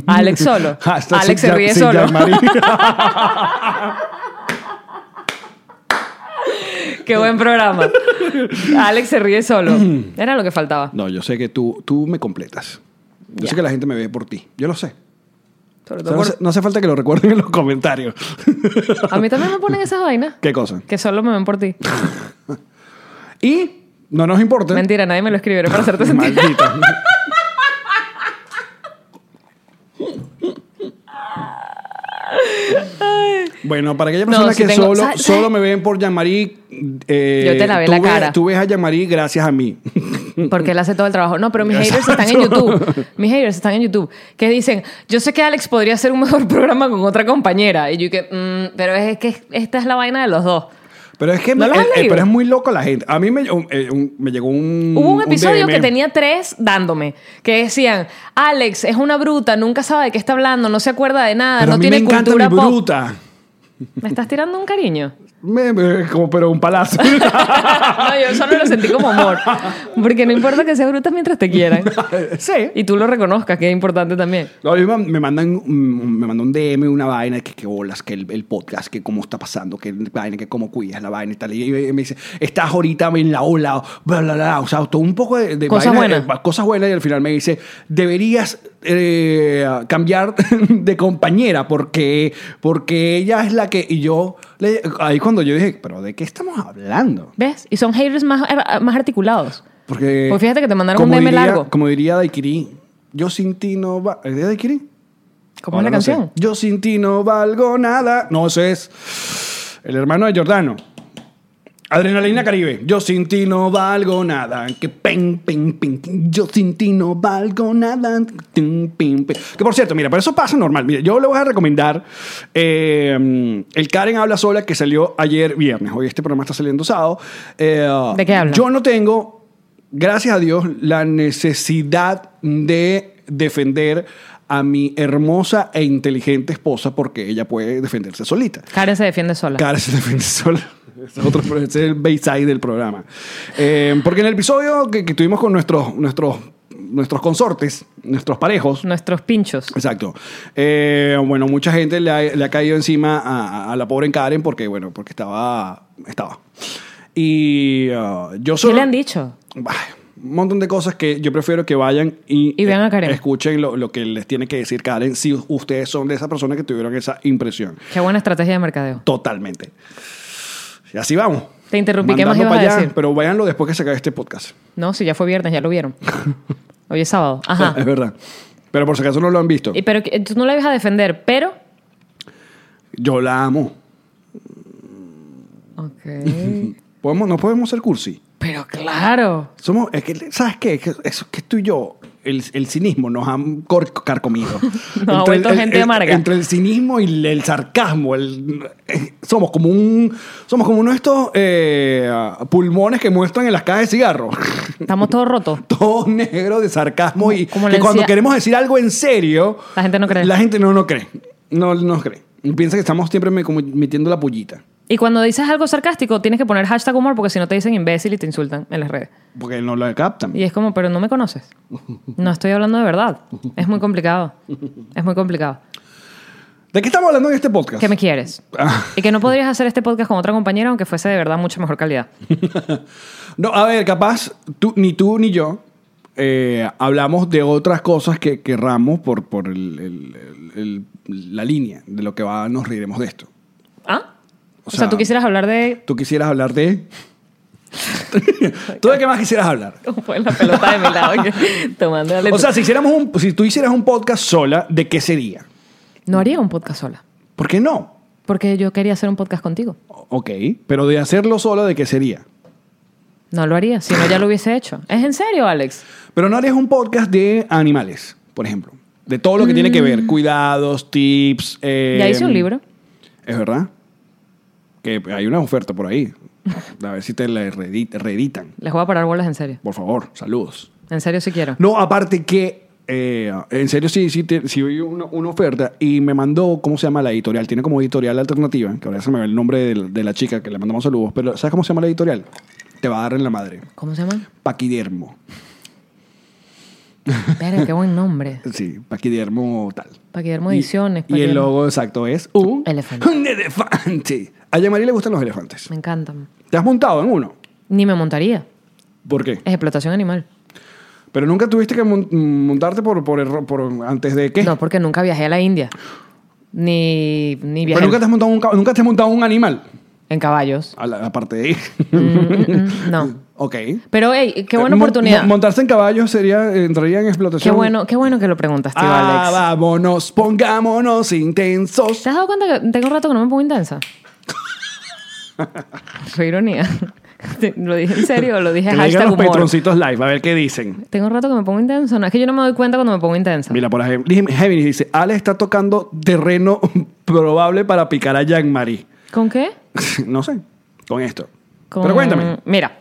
[SPEAKER 2] Alex solo.
[SPEAKER 1] Hasta
[SPEAKER 2] Alex
[SPEAKER 1] sin
[SPEAKER 2] se
[SPEAKER 1] Jack-
[SPEAKER 2] ríe
[SPEAKER 1] sin
[SPEAKER 2] solo.
[SPEAKER 1] Jack Marín.
[SPEAKER 2] Qué buen programa. Alex se ríe solo. Era lo que faltaba.
[SPEAKER 1] no, yo sé que tú, tú me completas. Yo
[SPEAKER 2] Ya.
[SPEAKER 1] sé que la gente me ve por ti. Yo lo sé.
[SPEAKER 2] Sobre
[SPEAKER 1] O sea,
[SPEAKER 2] todo
[SPEAKER 1] no,
[SPEAKER 2] por-
[SPEAKER 1] hace- no hace falta que lo recuerden en los comentarios.
[SPEAKER 2] A mí también me ponen esas vainas.
[SPEAKER 1] ¿Qué cosa?
[SPEAKER 2] Que solo me ven por ti.
[SPEAKER 1] Y no nos importa.
[SPEAKER 2] Mentira, nadie me lo escribieron para hacerte sentir.
[SPEAKER 1] Maldita. bueno, para aquella
[SPEAKER 2] No,
[SPEAKER 1] persona
[SPEAKER 2] sí
[SPEAKER 1] que
[SPEAKER 2] tengo-
[SPEAKER 1] solo,
[SPEAKER 2] ¿sabes?
[SPEAKER 1] solo me ven por Yamari, eh,
[SPEAKER 2] Yo te lavé
[SPEAKER 1] tú
[SPEAKER 2] la
[SPEAKER 1] ves-
[SPEAKER 2] cara.
[SPEAKER 1] Tú ves a Yamari gracias a mí.
[SPEAKER 2] Porque él hace todo el trabajo. No, pero mis haters están en
[SPEAKER 1] Exacto.
[SPEAKER 2] YouTube. Mis haters están en YouTube. Que dicen, yo sé que Alex podría hacer un mejor programa con otra compañera. Y yo que, "Mm, pero es que esta es la vaina de los dos.
[SPEAKER 1] Pero es que
[SPEAKER 2] ¿No
[SPEAKER 1] me-
[SPEAKER 2] lo has
[SPEAKER 1] eh, eh,
[SPEAKER 2] leído?
[SPEAKER 1] pero es muy loco la gente. A mí me, un- eh, un- me llegó Mm, un.
[SPEAKER 2] Hubo un episodio
[SPEAKER 1] DM.
[SPEAKER 2] que tenía tres dándome, que decían, Alex es una bruta, nunca sabe de qué está hablando, no se acuerda de nada,
[SPEAKER 1] Pero
[SPEAKER 2] Ah, no
[SPEAKER 1] a mí
[SPEAKER 2] tiene
[SPEAKER 1] me encanta
[SPEAKER 2] cultura
[SPEAKER 1] mi
[SPEAKER 2] pop.
[SPEAKER 1] bruta.
[SPEAKER 2] Me estás tirando un cariño.
[SPEAKER 1] Me- me- como, pero un palazo.
[SPEAKER 2] no, yo solo lo sentí como amor. Porque no importa que seas bruta mientras te quieran.
[SPEAKER 1] sí.
[SPEAKER 2] Y tú lo reconozcas, que es importante también.
[SPEAKER 1] No, a mí me me mandan un- me mandó un DM una vaina que que bolas que el, el podcast que cómo está pasando que vaina que cómo cuidas la vaina y tal y me dice estás ahorita en la ola bla bla bla o sea todo un poco de, de
[SPEAKER 2] Cosas
[SPEAKER 1] vaina,
[SPEAKER 2] buenas.
[SPEAKER 1] eh, cosas buenas y al final me dice deberías eh, cambiar de compañera porque porque ella es la que y yo le- ahí cuando yo dije pero de qué estamos hablando
[SPEAKER 2] ¿Ves? Y son haters más, eh, más articulados.
[SPEAKER 1] porque
[SPEAKER 2] Pues fíjate que te mandaron
[SPEAKER 1] como
[SPEAKER 2] un DM
[SPEAKER 1] diría-
[SPEAKER 2] largo.
[SPEAKER 1] como diría Daiquiri yo sin ti no va ¿es de Daiquiri?
[SPEAKER 2] ¿Cómo
[SPEAKER 1] Ahora
[SPEAKER 2] es la
[SPEAKER 1] no sé.
[SPEAKER 2] canción?
[SPEAKER 1] Yo sin ti no valgo nada. No, eso es el hermano de Jordano. Adrenalina Caribe. Yo sin ti no valgo nada. Que pen, pen, pen. Yo sin ti no valgo nada. Tin, pin, pin. Que por cierto, mira, pero eso pasa normal. Mira, yo le voy a recomendar eh, el Karen habla sola que salió ayer viernes. Hoy este programa está saliendo sábado. Eh,
[SPEAKER 2] ¿De qué habla?
[SPEAKER 1] Yo no tengo, gracias a Dios, la necesidad de defender a mi hermosa e inteligente esposa porque ella puede defenderse solita.
[SPEAKER 2] Karen se defiende sola.
[SPEAKER 1] Cara se defiende sola. Es otro, ese es el Bayside del programa. Eh, porque en el episodio que, que tuvimos con nuestros, nuestros nuestros consortes, nuestros parejos.
[SPEAKER 2] Nuestros pinchos.
[SPEAKER 1] Exacto. Eh, bueno, mucha gente le ha, le ha caído encima a, a la pobre Karen porque, bueno, porque estaba. Estaba. Y ah, yo
[SPEAKER 2] ¿Qué
[SPEAKER 1] solo.
[SPEAKER 2] le han dicho?
[SPEAKER 1] Bah, un montón de cosas que yo prefiero que vayan y,
[SPEAKER 2] Y vean a
[SPEAKER 1] eh,
[SPEAKER 2] Karen.
[SPEAKER 1] escuchen lo, lo que les tiene que decir Karen si ustedes son de esas personas que tuvieron esa impresión.
[SPEAKER 2] Qué buena estrategia de mercadeo.
[SPEAKER 1] Totalmente. Y así vamos.
[SPEAKER 2] Te interrumpí, ¿qué más
[SPEAKER 1] Mandando
[SPEAKER 2] ibas
[SPEAKER 1] pa' allá,
[SPEAKER 2] a decir?
[SPEAKER 1] Pero véanlo después que se acabe este podcast.
[SPEAKER 2] No, si ya fue viernes, ya lo vieron. Hoy es sábado.
[SPEAKER 1] Es
[SPEAKER 2] Ajá.
[SPEAKER 1] verdad. Pero por si acaso no lo han visto.
[SPEAKER 2] Y pero que- tú no la ibas a defender, pero...
[SPEAKER 1] Yo la amo.
[SPEAKER 2] Ok.
[SPEAKER 1] Podemos, no podemos ser cursi.
[SPEAKER 2] pero claro.
[SPEAKER 1] Somos, es que, ¿sabes qué? Es que, eso, que tú y yo, el, el cinismo nos han cor- carcomido.
[SPEAKER 2] ha
[SPEAKER 1] Entre el-
[SPEAKER 2] vuelto
[SPEAKER 1] el-
[SPEAKER 2] gente
[SPEAKER 1] el-
[SPEAKER 2] amarga.
[SPEAKER 1] Entre el cinismo y el, el sarcasmo. el- eh, somos como un somos como uno de estos eh, pulmones que muestran en las cajas de cigarro.
[SPEAKER 2] Estamos todos rotos.
[SPEAKER 1] Todo negro de sarcasmo y
[SPEAKER 2] Como la
[SPEAKER 1] que cuando
[SPEAKER 2] ansia-
[SPEAKER 1] queremos decir algo en serio,
[SPEAKER 2] La gente no cree.
[SPEAKER 1] La gente no nos cree. No nos cree. Piensa que estamos siempre me- como metiendo la pullita.
[SPEAKER 2] Y cuando dices algo sarcástico, tienes que poner hashtag humor porque si no te dicen imbécil y te insultan en las redes.
[SPEAKER 1] Porque no lo captan.
[SPEAKER 2] Y es como, pero no me conoces. No estoy hablando de verdad. Es muy complicado. Es muy complicado.
[SPEAKER 1] ¿De qué estamos hablando en este podcast? Ah,
[SPEAKER 2] ¿Qué me quieres? Y que no podrías hacer este podcast con otra compañera aunque fuese de verdad mucha mejor calidad.
[SPEAKER 1] No, a ver, capaz tú, ni tú ni yo eh, hablamos de otras cosas que querramos por, por el- el- el- el- la línea de lo que va, nos reiremos de esto.
[SPEAKER 2] ¿Ah?
[SPEAKER 1] O
[SPEAKER 2] O
[SPEAKER 1] sea,
[SPEAKER 2] sea, tú quisieras hablar de...
[SPEAKER 1] Tú quisieras hablar de... ¿Tú de qué más quisieras hablar?
[SPEAKER 2] ¿Cómo fue la pelota de mi lado? que- Tomándole...
[SPEAKER 1] O sea, si, hiciéramos un, si tú hicieras un podcast sola, ¿de qué sería?
[SPEAKER 2] no haría un podcast sola.
[SPEAKER 1] ¿Por qué no?
[SPEAKER 2] Porque yo quería hacer un podcast contigo.
[SPEAKER 1] O- Ok, pero de hacerlo sola, ¿de qué sería?
[SPEAKER 2] No lo haría, si no ya lo hubiese hecho. ¿Es en serio, Alex?
[SPEAKER 1] Pero no harías un podcast de animales, por ejemplo. De todo lo que tiene que ver, cuidados, tips. eh,
[SPEAKER 2] Mm. ya hice un libro.
[SPEAKER 1] Es verdad. Que hay una oferta por ahí. A ver si te la reedi- reeditan.
[SPEAKER 2] Les voy a parar bolas en serio.
[SPEAKER 1] Por favor, saludos.
[SPEAKER 2] En serio si quiero.
[SPEAKER 1] No, aparte que, eh, en serio, sí, sí, te- sí vi una, una oferta y me mandó, ¿cómo se llama la editorial? Tiene como editorial alternativa, que ahora se me ve el nombre de, de la chica que le mandamos saludos, pero ¿sabes cómo se llama la editorial? Te va a dar en la madre.
[SPEAKER 2] ¿Cómo se llama?
[SPEAKER 1] Paquidermo.
[SPEAKER 2] Espera, qué buen nombre.
[SPEAKER 1] Sí, Paquidermo tal.
[SPEAKER 2] Paquidermo Ediciones.
[SPEAKER 1] Y, y el
[SPEAKER 2] Paquidermo.
[SPEAKER 1] logo exacto es un
[SPEAKER 2] Elefante.
[SPEAKER 1] Un elefante. A Yamari le gustan los elefantes.
[SPEAKER 2] Me encantan.
[SPEAKER 1] ¿Te has montado en uno?
[SPEAKER 2] Ni me montaría.
[SPEAKER 1] ¿Por qué?
[SPEAKER 2] Es explotación animal.
[SPEAKER 1] Pero nunca tuviste que mon- montarte por, por, erro- por- antes de qué.
[SPEAKER 2] No, porque nunca viajé a la India. Ni,
[SPEAKER 1] Pero
[SPEAKER 2] ni viajé
[SPEAKER 1] nunca te has montado un, ca- nunca te has montado un animal.
[SPEAKER 2] en caballos.
[SPEAKER 1] A la, aparte de.
[SPEAKER 2] Mm, No.
[SPEAKER 1] ok. Eh,
[SPEAKER 2] Pero, hey, qué buena
[SPEAKER 1] Mon-
[SPEAKER 2] oportunidad.
[SPEAKER 1] mon- montarse en caballo sería entraría en explotación.
[SPEAKER 2] Qué bueno, qué bueno que lo preguntaste,
[SPEAKER 1] Ah,
[SPEAKER 2] Alex.
[SPEAKER 1] vámonos, pongámonos intensos.
[SPEAKER 2] ¿Te has dado cuenta que tengo un rato que no me pongo intensa? Fue ironía. ¿Lo dije en serio o lo dije
[SPEAKER 1] Que le digan
[SPEAKER 2] hashtag
[SPEAKER 1] los
[SPEAKER 2] humor?
[SPEAKER 1] patroncitos live, a ver qué dicen.
[SPEAKER 2] Tengo un rato que me pongo intensa. No, es que yo no me doy cuenta cuando me pongo intensa.
[SPEAKER 1] Mira, por ejemplo, Géminis dice, Ale está tocando terreno probable para picar a Jean-Marie.
[SPEAKER 2] ¿Con qué?
[SPEAKER 1] no sé, con esto.
[SPEAKER 2] Con-
[SPEAKER 1] Pero cuéntame.
[SPEAKER 2] Mira,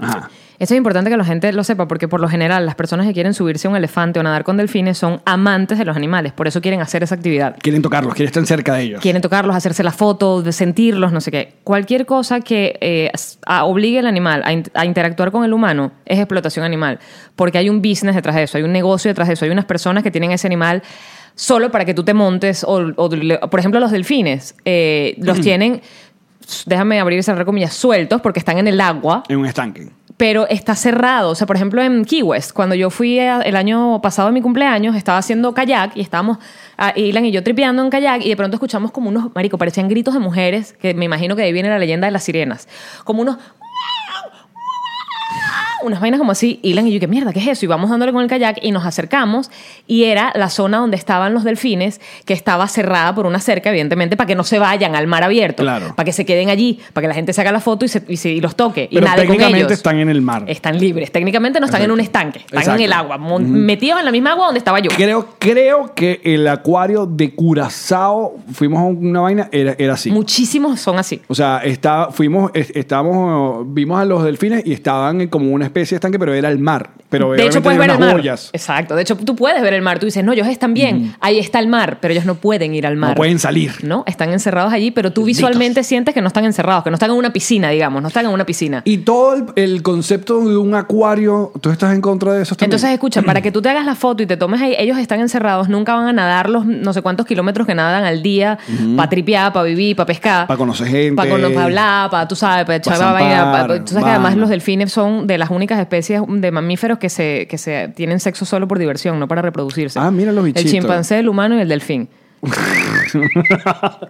[SPEAKER 1] Ajá.
[SPEAKER 2] esto es importante que la gente lo sepa porque por lo general las personas que quieren subirse a un elefante o nadar con delfines son amantes de los animales. Por eso quieren hacer esa actividad.
[SPEAKER 1] Quieren tocarlos, quieren estar cerca de ellos.
[SPEAKER 2] Quieren tocarlos, hacerse la foto, de sentirlos, no sé qué. Cualquier cosa que eh, s- a- obligue al animal a, in- a interactuar con el humano es explotación animal. Porque hay un business detrás de eso, hay un negocio detrás de eso, hay unas personas que tienen ese animal solo para que tú te montes. O, o le- por ejemplo, los delfines eh, los tienen, déjame abrir y cerrar comillas, sueltos porque están en el agua
[SPEAKER 1] En un estanque.
[SPEAKER 2] pero está cerrado. O sea, por ejemplo, en Key West, cuando yo fui a- el año pasado de mi cumpleaños, estaba haciendo kayak y estábamos, ah, Ilan y yo tripeando en kayak y de pronto escuchamos como unos, marico, parecían gritos de mujeres, que me imagino que de ahí viene la leyenda de las sirenas, como unos... Unas vainas como así, Ilan y yo, ¿qué mierda? ¿Qué es eso? Y vamos dándole con el kayak y nos acercamos y era la zona donde estaban los delfines, que estaba cerrada por una cerca, evidentemente, para que no se vayan al mar abierto,
[SPEAKER 1] Claro.
[SPEAKER 2] para que se queden allí, para que la gente saca la foto y, se- y se- y los toque. y
[SPEAKER 1] Pero
[SPEAKER 2] nade con
[SPEAKER 1] técnicamente
[SPEAKER 2] ellos.
[SPEAKER 1] están en el mar.
[SPEAKER 2] Están libres. Técnicamente no están
[SPEAKER 1] Exacto.
[SPEAKER 2] en un estanque, están
[SPEAKER 1] Exacto.
[SPEAKER 2] en el agua, mon- metidos en la misma agua donde estaba yo.
[SPEAKER 1] Creo, creo que el acuario de Curazao, fuimos a una vaina, era, era así.
[SPEAKER 2] Muchísimos son así.
[SPEAKER 1] o sea, está, fuimos, es- estábamos, vimos a los delfines y estaban en como una, especie de estanque, pero era el mar. Pero
[SPEAKER 2] de hecho,
[SPEAKER 1] obviamente
[SPEAKER 2] puedes ver
[SPEAKER 1] tenía
[SPEAKER 2] el
[SPEAKER 1] unas
[SPEAKER 2] mar.
[SPEAKER 1] boyas.
[SPEAKER 2] Exacto. De hecho, tú puedes ver el mar. Tú dices, no, ellos están bien. Ahí está el mar, pero ellos no pueden ir al mar.
[SPEAKER 1] No pueden salir.
[SPEAKER 2] ¿no? Están encerrados allí, pero tú visualmente sientes que no están encerrados, que no están en una piscina, digamos, no están en una piscina.
[SPEAKER 1] Y todo el, el concepto de un acuario, ¿tú estás en contra de eso también?
[SPEAKER 2] Entonces, escucha, para que tú te hagas la foto y te tomes ahí, ellos están encerrados, nunca van a nadar los no sé cuántos kilómetros que nadan al día, para tripear, para vivir, para pescar.
[SPEAKER 1] Pa' conocer gente.
[SPEAKER 2] Para hablar, para, tú sabes, para echar
[SPEAKER 1] Pa'
[SPEAKER 2] vaina, pa-
[SPEAKER 1] zampar,
[SPEAKER 2] Tú sabes que además
[SPEAKER 1] vaina.
[SPEAKER 2] los delfines son de las únicas especies de mamíferos que se, que se tienen sexo solo por diversión, no para reproducirse.
[SPEAKER 1] Ah, mira los bichitos.
[SPEAKER 2] El chimpancé, el humano y el delfín.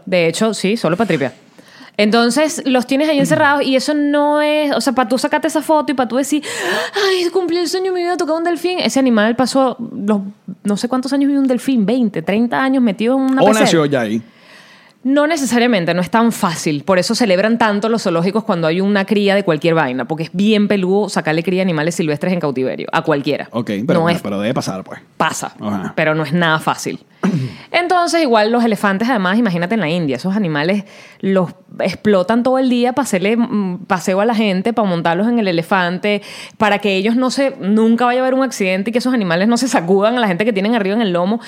[SPEAKER 2] De hecho, sí, solo para tripear. Entonces los tienes ahí encerrados y eso no es, o sea, para tú sacarte esa foto y para tú decir, ay, cumplí el sueño, me había tocado un delfín. Ese animal pasó los, no sé cuántos años vivió un delfín, 20, 30 años metido en una
[SPEAKER 1] o
[SPEAKER 2] pecera.
[SPEAKER 1] nació ya ahí.
[SPEAKER 2] No necesariamente, no es tan fácil. Por eso celebran tanto los zoológicos cuando hay una cría de cualquier vaina, porque es bien peludo sacarle cría a animales silvestres en cautiverio, a cualquiera.
[SPEAKER 1] Ok, pero,
[SPEAKER 2] no es
[SPEAKER 1] pero debe pasar, pues.
[SPEAKER 2] pasa,
[SPEAKER 1] Ajá.
[SPEAKER 2] pero no es nada fácil. Entonces, igual los elefantes, además, imagínate en la India, esos animales los explotan todo el día para hacerle mm, paseo a la gente, para montarlos en el elefante, para que ellos no se, nunca vaya a haber un accidente y que esos animales no se sacudan a la gente que tienen arriba en el lomo.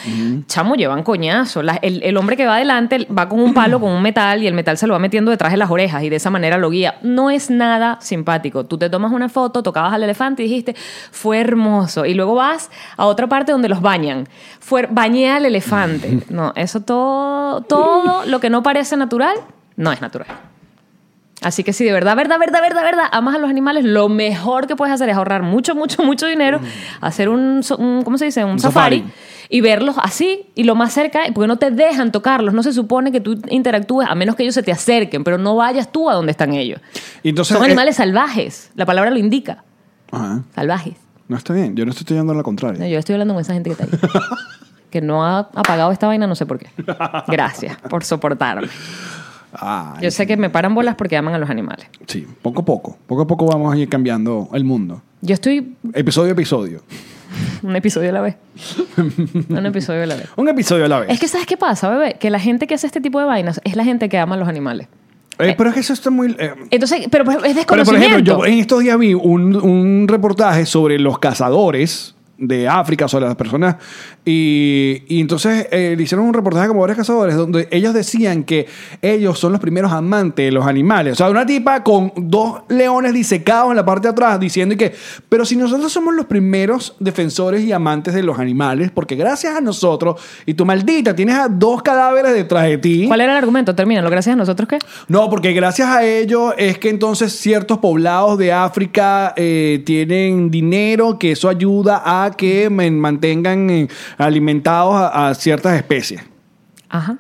[SPEAKER 2] Chamo, llevan coñazo. La- el, el hombre que va adelante va con un palo, con un metal, y el metal se lo va metiendo detrás de las orejas y de esa manera lo guía. No es nada simpático. Tú te tomas una foto, tocabas al elefante y dijiste, fue hermoso. Y luego vas a otra parte donde los bañan. Fue, bañé al elefante. No, eso todo, todo lo que no parece natural, no es natural. Así que si de verdad, verdad, verdad, verdad, verdad, amas a los animales, lo mejor que puedes hacer es ahorrar mucho, mucho, mucho dinero, hacer un, so- un- ¿cómo se dice? Un,
[SPEAKER 1] Mm. Un
[SPEAKER 2] safari.
[SPEAKER 1] safari.
[SPEAKER 2] y verlos así y lo más cerca, porque no te dejan tocarlos, no se supone que tú interactúes a menos que ellos se te acerquen, pero no vayas tú a donde están ellos.
[SPEAKER 1] Y Entonces,
[SPEAKER 2] Son
[SPEAKER 1] eh,
[SPEAKER 2] animales salvajes, la palabra lo indica,
[SPEAKER 1] ajá.
[SPEAKER 2] salvajes.
[SPEAKER 1] No está bien, yo no estoy yendo a la
[SPEAKER 2] No,
[SPEAKER 1] contraria.
[SPEAKER 2] yo estoy hablando con esa gente que está ahí. Que no ha apagado esta vaina, no sé por qué. Gracias por soportarme.
[SPEAKER 1] Ay,
[SPEAKER 2] Yo sé que me paran bolas porque aman a los animales.
[SPEAKER 1] Sí, poco a poco. Poco a poco vamos a ir cambiando el mundo.
[SPEAKER 2] Yo estoy
[SPEAKER 1] Episodio a episodio.
[SPEAKER 2] Un episodio a la vez. Un episodio a la vez.
[SPEAKER 1] Un episodio a la vez. Eh,
[SPEAKER 2] Es que ¿sabes qué pasa, bebé? Que la gente que hace este tipo de vainas es la gente que ama a los animales.
[SPEAKER 1] Eh, pero es que eso está muy... eh,
[SPEAKER 2] Entonces, pero pues, es
[SPEAKER 1] pero, por
[SPEAKER 2] desconocimiento.
[SPEAKER 1] ejemplo, yo ¿eh? en estos días vi un, un reportaje sobre los cazadores de África, sobre las personas, y, y entonces eh, le hicieron un reportaje como varios cazadores, donde ellos decían que ellos son los primeros amantes de los animales. O sea, una tipa con dos leones disecados en la parte de atrás, diciendo y que, pero si nosotros somos los primeros defensores y amantes de los animales, porque gracias a nosotros, y tu maldita, tienes a dos cadáveres detrás de ti.
[SPEAKER 2] ¿Cuál era el argumento? Termínalo. Gracias a nosotros, ¿qué?
[SPEAKER 1] No, porque gracias a ello es que entonces ciertos poblados de África eh, tienen dinero, que eso ayuda a que men- mantengan eh, alimentados a, a ciertas especies.
[SPEAKER 2] Ajá.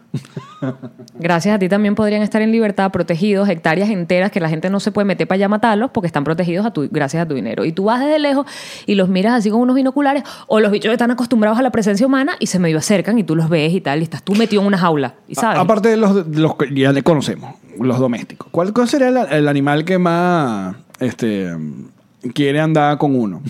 [SPEAKER 2] Gracias a ti también podrían estar en libertad, protegidos, hectáreas enteras que la gente no se puede meter para allá a matarlos porque están protegidos a tu, gracias a tu dinero. Y tú vas desde lejos y los miras así con unos binoculares o los bichos que están acostumbrados a la presencia humana y se medio acercan y tú los ves y tal y estás tú metido en una jaula. ¿Y sabes?
[SPEAKER 1] A- aparte de los, de los que ya le conocemos, los domésticos. ¿Cuál, cuál sería el, el animal que más este, quiere andar con uno?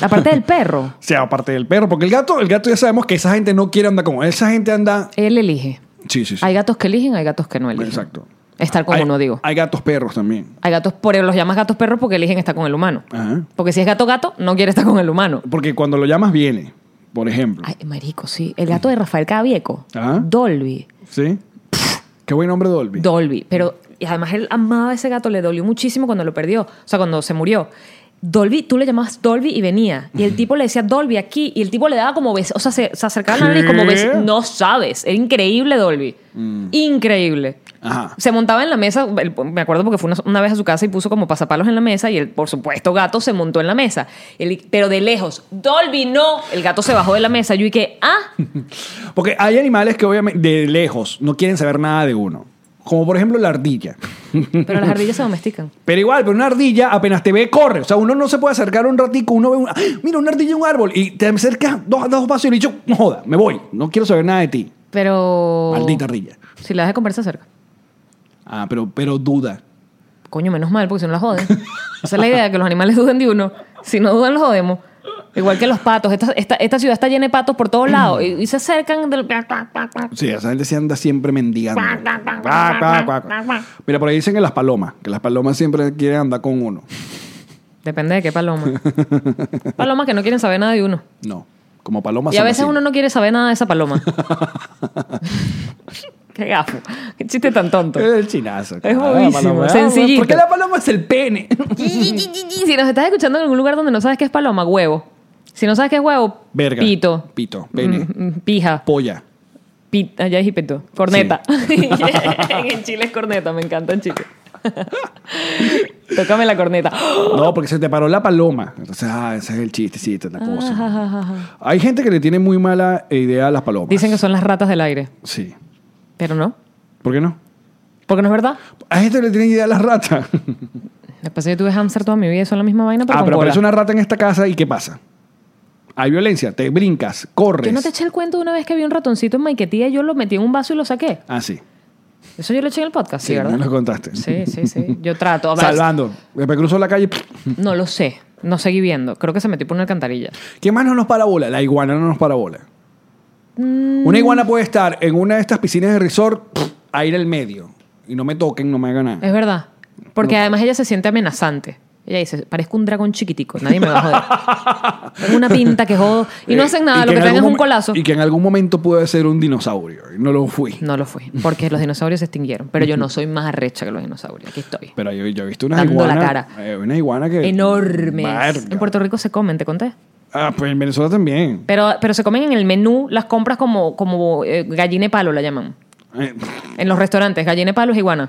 [SPEAKER 2] Aparte del perro,
[SPEAKER 1] o sea, aparte del perro, porque el gato, el gato ya sabemos que esa gente no quiere andar con uno. Esa gente anda...
[SPEAKER 2] él elige.
[SPEAKER 1] Sí, sí, sí.
[SPEAKER 2] Hay gatos que eligen, hay gatos que no eligen.
[SPEAKER 1] Exacto.
[SPEAKER 2] Estar con
[SPEAKER 1] Hay-
[SPEAKER 2] uno, digo.
[SPEAKER 1] Hay gatos perros también.
[SPEAKER 2] Hay gatos, por los llamas gatos perros porque eligen estar con el humano.
[SPEAKER 1] Ajá.
[SPEAKER 2] Porque si es gato gato, no quiere estar con el humano.
[SPEAKER 1] Porque cuando lo llamas viene, por ejemplo.
[SPEAKER 2] Ay, marico, sí. El gato de Rafael Cavieco.
[SPEAKER 1] Ajá.
[SPEAKER 2] Dolby.
[SPEAKER 1] ¿Sí? Qué buen nombre Dolby.
[SPEAKER 2] Dolby. Pero y además él amaba a ese gato, le dolió muchísimo cuando lo perdió. O sea, cuando se murió. Dolby, tú le llamabas Dolby y venía. Y el tipo le decía Dolby aquí. Y el tipo le daba como beso. O sea, se, se acercaba la nariz
[SPEAKER 1] ¿Qué? Mm.
[SPEAKER 2] como beso. No sabes. Era increíble Dolby. Increíble.
[SPEAKER 1] Ajá.
[SPEAKER 2] Se montaba en la mesa, el- me acuerdo porque fue una, una vez a su casa y puso como pasapalos en la mesa y el, por supuesto, gato se montó en la mesa. El- pero de lejos, Dolby no, el gato se bajó de la mesa. Yo y que, ah,
[SPEAKER 1] Porque hay animales que obviamente de lejos no quieren saber nada de uno. Como por ejemplo la ardilla.
[SPEAKER 2] pero las ardillas se domestican.
[SPEAKER 1] Pero igual, pero una ardilla apenas te ve, corre. O sea, uno no se puede acercar un ratico. Uno ve una... ¡Ah! Mira, una ardilla en un árbol. Y te acercas dos, dos pasos y le dicho, no joda, me voy. No quiero saber nada de ti.
[SPEAKER 2] Pero.
[SPEAKER 1] Maldita ardilla.
[SPEAKER 2] Si la dejas de comer, se acerca.
[SPEAKER 1] Ah, pero, pero duda.
[SPEAKER 2] Coño, menos mal, porque si no la joden. Esa es la idea, que los animales duden de uno. Si no dudan, los jodemos. Igual que los patos. Esta, esta, esta ciudad está llena de patos por todos lados. Y, y se acercan del.
[SPEAKER 1] Sí, esa gente se anda siempre mendigando. Cuac, cuac, cuac. Mira, por ahí dicen que las palomas, que las palomas siempre quieren andar con uno.
[SPEAKER 2] Depende de qué paloma. Palomas que no quieren saber nada de uno.
[SPEAKER 1] No, como palomas.
[SPEAKER 2] Y a
[SPEAKER 1] son
[SPEAKER 2] veces
[SPEAKER 1] así.
[SPEAKER 2] uno no quiere saber nada de esa paloma. qué gafo. Qué chiste tan tonto.
[SPEAKER 1] El chinazo.
[SPEAKER 2] Es
[SPEAKER 1] claro, la
[SPEAKER 2] buenísimo,
[SPEAKER 1] paloma. Ah,
[SPEAKER 2] sencillito.
[SPEAKER 1] ¿Por qué la paloma es el pene?
[SPEAKER 2] si nos estás escuchando en algún lugar donde no sabes qué es paloma, huevo. Si no sabes qué es huevo,
[SPEAKER 1] Verga.
[SPEAKER 2] pito.
[SPEAKER 1] Pito, pene.
[SPEAKER 2] Mm, mm, Pija.
[SPEAKER 1] Polla.
[SPEAKER 2] Pita, ya dije pito. Corneta. en Chile es corneta, me encanta en Chile. Tócame la corneta.
[SPEAKER 1] No, porque se te paró la paloma. Entonces, ah, ese es el chistecito,
[SPEAKER 2] Ah,
[SPEAKER 1] la cosa. Hay gente que le tiene muy mala idea a las palomas.
[SPEAKER 2] Dicen que son las ratas del aire,
[SPEAKER 1] Sí.
[SPEAKER 2] pero no.
[SPEAKER 1] ¿Por qué no?
[SPEAKER 2] Porque no es verdad.
[SPEAKER 1] Hay gente que le tiene idea a las ratas.
[SPEAKER 2] Lo que pasa es que yo tuve hámster toda mi vida y son la misma vaina, pero
[SPEAKER 1] ah,
[SPEAKER 2] con
[SPEAKER 1] pero
[SPEAKER 2] cola.
[SPEAKER 1] aparece una rata en esta casa y ¿qué pasa? Hay violencia, te brincas, corres.
[SPEAKER 2] Yo no te eché el cuento de una vez que vi un ratoncito en Maiquetía y yo lo metí en un vaso y lo saqué.
[SPEAKER 1] Ah, sí.
[SPEAKER 2] Eso yo lo eché en el podcast, sí,
[SPEAKER 1] Sí,
[SPEAKER 2] ¿verdad?
[SPEAKER 1] me lo contaste.
[SPEAKER 2] Sí, sí, sí. Yo trato. A ver,
[SPEAKER 1] Salvando. Me cruzó la calle.
[SPEAKER 2] No lo sé. No seguí viendo. Creo que se metió por una alcantarilla.
[SPEAKER 1] ¿Qué más no nos parabola? La iguana no nos parabola.
[SPEAKER 2] Mm.
[SPEAKER 1] Una iguana puede estar en una de estas piscinas de resort, a ir al medio. Y no me toquen, no me hagan nada.
[SPEAKER 2] Es verdad. Porque además ella se siente amenazante. Ella dice, parezco un dragón chiquitico, nadie me va a joder. Tengo una pinta que jodo. Y no
[SPEAKER 1] Eh,
[SPEAKER 2] hacen nada,
[SPEAKER 1] y
[SPEAKER 2] lo que
[SPEAKER 1] en
[SPEAKER 2] traen es
[SPEAKER 1] algún
[SPEAKER 2] un
[SPEAKER 1] momen-
[SPEAKER 2] colazo.
[SPEAKER 1] Y que en algún momento pude ser un dinosaurio. Y no lo fui.
[SPEAKER 2] No lo fui, porque los dinosaurios se extinguieron. Pero yo no soy más arrecha que los dinosaurios. Aquí estoy.
[SPEAKER 1] Pero yo, yo he visto una
[SPEAKER 2] Dando
[SPEAKER 1] iguana.
[SPEAKER 2] la cara.
[SPEAKER 1] eh, una iguana que.
[SPEAKER 2] Enormes.
[SPEAKER 1] Verga.
[SPEAKER 2] En Puerto Rico se comen, te conté.
[SPEAKER 1] Ah, pues en Venezuela también.
[SPEAKER 2] Pero, pero se comen en el menú, las compras como, como eh, gallina y palo, la llaman.
[SPEAKER 1] Eh,
[SPEAKER 2] En los restaurantes, gallina y palo es iguana.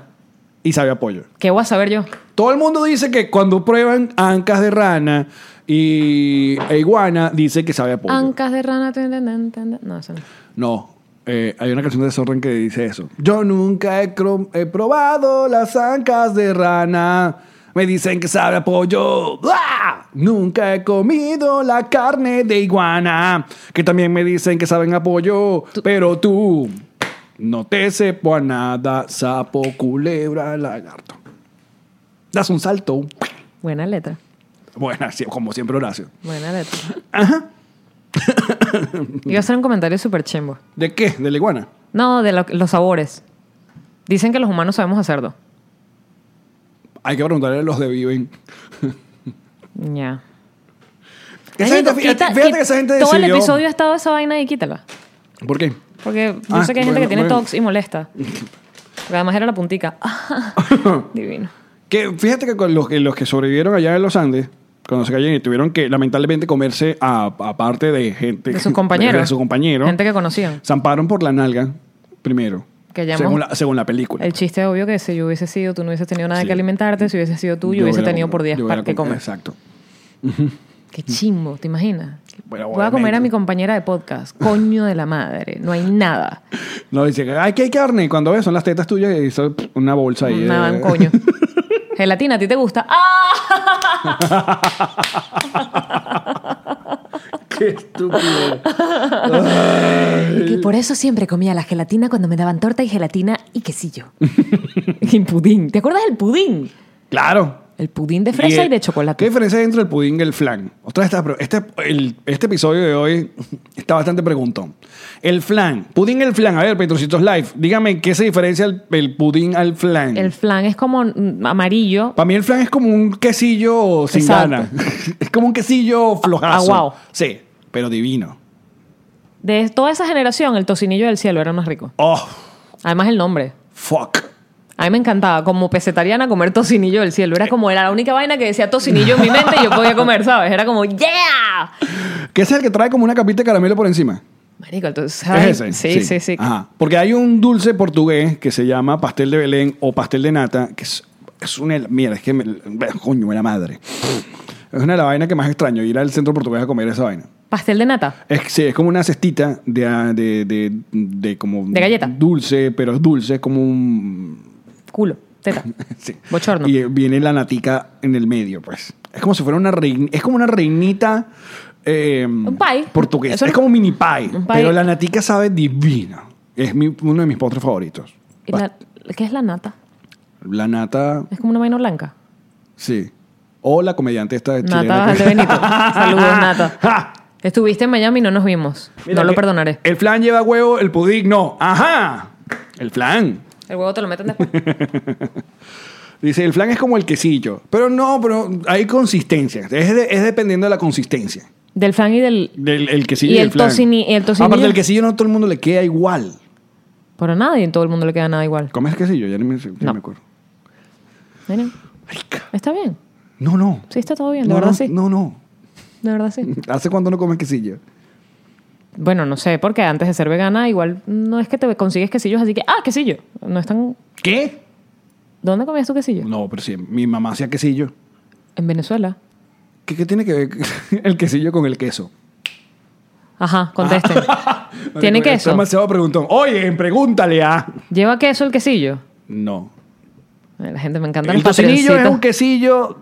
[SPEAKER 1] y sabe a pollo.
[SPEAKER 2] ¿Qué voy a saber yo?
[SPEAKER 1] Todo el mundo dice que cuando prueban ancas de rana y e iguana, dice que sabe a pollo.
[SPEAKER 2] Ancas de rana. tun, tun, tun, tun. No, eso no.
[SPEAKER 1] No. eh, hay una canción de Sorren que dice eso. Yo nunca he, cro- he probado las ancas de rana. Me dicen que sabe a pollo. ¡Bua! Nunca he comido la carne de iguana. Que también me dicen que saben a pollo. Pero tú no te sepo a nada. Sapo, culebra, lagarto. Das un salto.
[SPEAKER 2] Buena letra.
[SPEAKER 1] Bueno, así- como siempre, Horacio.
[SPEAKER 2] Buena letra. Iba a hacer un comentario súper chimbo.
[SPEAKER 1] ¿De qué? ¿De la iguana?
[SPEAKER 2] No, de lo- los sabores. Dicen que los humanos sabemos hacerlo.
[SPEAKER 1] Hay que preguntarle a los de Viven.
[SPEAKER 2] Ya.
[SPEAKER 1] Esa
[SPEAKER 2] Ay,
[SPEAKER 1] gente- fíjate,
[SPEAKER 2] digo, quita-
[SPEAKER 1] fíjate
[SPEAKER 2] quita-
[SPEAKER 1] que esa gente decidió.
[SPEAKER 2] Todo el episodio ha estado esa vaina y quítala.
[SPEAKER 1] ¿Por qué?
[SPEAKER 2] Porque yo
[SPEAKER 1] Ah,
[SPEAKER 2] sé que hay
[SPEAKER 1] bueno,
[SPEAKER 2] gente que tiene
[SPEAKER 1] bueno.
[SPEAKER 2] tox y molesta. Porque además era la puntica. Divino.
[SPEAKER 1] Que fíjate que con los, que los que sobrevivieron allá en los Andes, cuando se cayeron y tuvieron que lamentablemente comerse a, a parte de gente.
[SPEAKER 2] De sus compañeros.
[SPEAKER 1] De, sus compañeros.
[SPEAKER 2] Gente que conocían.
[SPEAKER 1] Zamparon por la nalga primero.
[SPEAKER 2] Que llamó-
[SPEAKER 1] según, la, según la película.
[SPEAKER 2] El chiste obvio que si yo hubiese sido, tú no hubieses tenido nada
[SPEAKER 1] Sí.
[SPEAKER 2] que alimentarte. Si hubiese sido tú, yo, hubiese
[SPEAKER 1] hubiera
[SPEAKER 2] tenido
[SPEAKER 1] comido-
[SPEAKER 2] por 10
[SPEAKER 1] yo hubiera
[SPEAKER 2] para que
[SPEAKER 1] comido-
[SPEAKER 2] comer.
[SPEAKER 1] Exacto.
[SPEAKER 2] Qué chimbo, ¿te imaginas?
[SPEAKER 1] Bueno,
[SPEAKER 2] Voy a comer
[SPEAKER 1] obviamente.
[SPEAKER 2] a mi compañera de podcast. Coño de la madre. No hay nada.
[SPEAKER 1] No, dice que "Ay, que hay carne. Cuando ves, son las tetas tuyas y hizo una bolsa ahí. de-
[SPEAKER 2] Nada, un coño. Gelatina, ¿a ti te gusta? ¡Ah!
[SPEAKER 1] Qué estúpido.
[SPEAKER 2] Y por eso siempre comía la gelatina cuando me daban torta y gelatina y quesillo. y pudín. ¿Te acuerdas del pudín?
[SPEAKER 1] Claro.
[SPEAKER 2] El pudín de fresa y,
[SPEAKER 1] eh,
[SPEAKER 2] de chocolate.
[SPEAKER 1] ¿Qué diferencia hay entre el pudín y el flan? Otra vez esta- este, el- este episodio de hoy está bastante preguntón. El flan, pudín y el flan. A ver, Petrocitos Live, dígame qué se diferencia el, el pudín al flan.
[SPEAKER 2] El flan es como mm, amarillo.
[SPEAKER 1] Para mí el flan es como un quesillo sin
[SPEAKER 2] Exacto. Ah,
[SPEAKER 1] gana. es como un quesillo flojazo.
[SPEAKER 2] Aguao.
[SPEAKER 1] Sí, pero divino.
[SPEAKER 2] De toda esa generación, el tocinillo del cielo era el más rico.
[SPEAKER 1] Oh,
[SPEAKER 2] Además, el nombre.
[SPEAKER 1] fuck.
[SPEAKER 2] A mí me encantaba, como pesetariana, comer tocinillo del cielo. Era como, era la única vaina que decía tocinillo en mi mente y yo podía comer, ¿sabes? Era como, ¡yeah!
[SPEAKER 1] Que es el que trae como una capita de caramelo por encima.
[SPEAKER 2] Marico, entonces. ay,
[SPEAKER 1] ¿Es ese?
[SPEAKER 2] Sí, sí, sí.
[SPEAKER 1] Ajá. Porque hay un dulce portugués que se llama pastel de Belén o pastel de nata, que es, es una... de la- Mira, es que... Me, coño, de la madre. Es una de las vainas que más extraño, ir al centro portugués a comer esa vaina.
[SPEAKER 2] Pastel de nata.
[SPEAKER 1] Es, sí, es como una cestita de, ah, de, de, de como...
[SPEAKER 2] De galleta.
[SPEAKER 1] Dulce, pero es dulce, es como un...
[SPEAKER 2] Culo. Teta.
[SPEAKER 1] sí.
[SPEAKER 2] Bochorno.
[SPEAKER 1] Y eh, viene la natica en el medio, pues. Es como si fuera una rein- es como una reinita eh,
[SPEAKER 2] pie.
[SPEAKER 1] portuguesa.
[SPEAKER 2] Eso
[SPEAKER 1] es
[SPEAKER 2] no-
[SPEAKER 1] como mini pie,
[SPEAKER 2] Un pie.
[SPEAKER 1] pero la natica sabe divina. Es mi- uno de mis postres favoritos.
[SPEAKER 2] Y la- ¿Qué es la nata?
[SPEAKER 1] La nata,
[SPEAKER 2] Es como una vaina blanca.
[SPEAKER 1] sí. O la comediante esta de
[SPEAKER 2] Nata Valde Benito. Saludos, Nata. Estuviste en Miami y no nos vimos. no lo perdonaré.
[SPEAKER 1] El flan lleva huevo, el pudín no. Ajá. El flan.
[SPEAKER 2] El huevo te lo meten después.
[SPEAKER 1] Dice, el flan es como el quesillo. Pero no, pero hay consistencia. Es, de- es dependiendo de la consistencia.
[SPEAKER 2] Del flan y del...
[SPEAKER 1] Del el quesillo y,
[SPEAKER 2] Y el
[SPEAKER 1] flan.
[SPEAKER 2] tocini- el tocinillo.
[SPEAKER 1] Aparte, el quesillo no a todo el mundo le queda igual.
[SPEAKER 2] Para nadie, en todo el mundo le queda nada igual.
[SPEAKER 1] ¿Comes quesillo? Ya ni me, ya ni
[SPEAKER 2] No.
[SPEAKER 1] me acuerdo.
[SPEAKER 2] Miren,
[SPEAKER 1] Marica.
[SPEAKER 2] está bien.
[SPEAKER 1] No, no.
[SPEAKER 2] Sí, está todo bien, de
[SPEAKER 1] no,
[SPEAKER 2] verdad
[SPEAKER 1] no,
[SPEAKER 2] sí.
[SPEAKER 1] No, no.
[SPEAKER 2] De verdad sí.
[SPEAKER 1] ¿Hace cuánto no comes quesillo?
[SPEAKER 2] Bueno, no sé, porque antes de ser vegana, igual no es que te consigues quesillos, así que, ah, quesillo. No es tan.
[SPEAKER 1] ¿Qué?
[SPEAKER 2] ¿Dónde comías tu quesillo?
[SPEAKER 1] No, pero sí, mi mamá hacía quesillo.
[SPEAKER 2] En Venezuela.
[SPEAKER 1] ¿Qué, qué tiene que ver el quesillo con el queso?
[SPEAKER 2] Ajá, contesten. ¿Tiene
[SPEAKER 1] Marico, está
[SPEAKER 2] queso?
[SPEAKER 1] demasiado preguntón. Oye, pregúntale a...
[SPEAKER 2] ¿Lleva queso el quesillo?
[SPEAKER 1] No.
[SPEAKER 2] Ay, La gente me encanta
[SPEAKER 1] El
[SPEAKER 2] los
[SPEAKER 1] tocinillo es
[SPEAKER 2] patrioncitos.
[SPEAKER 1] un quesillo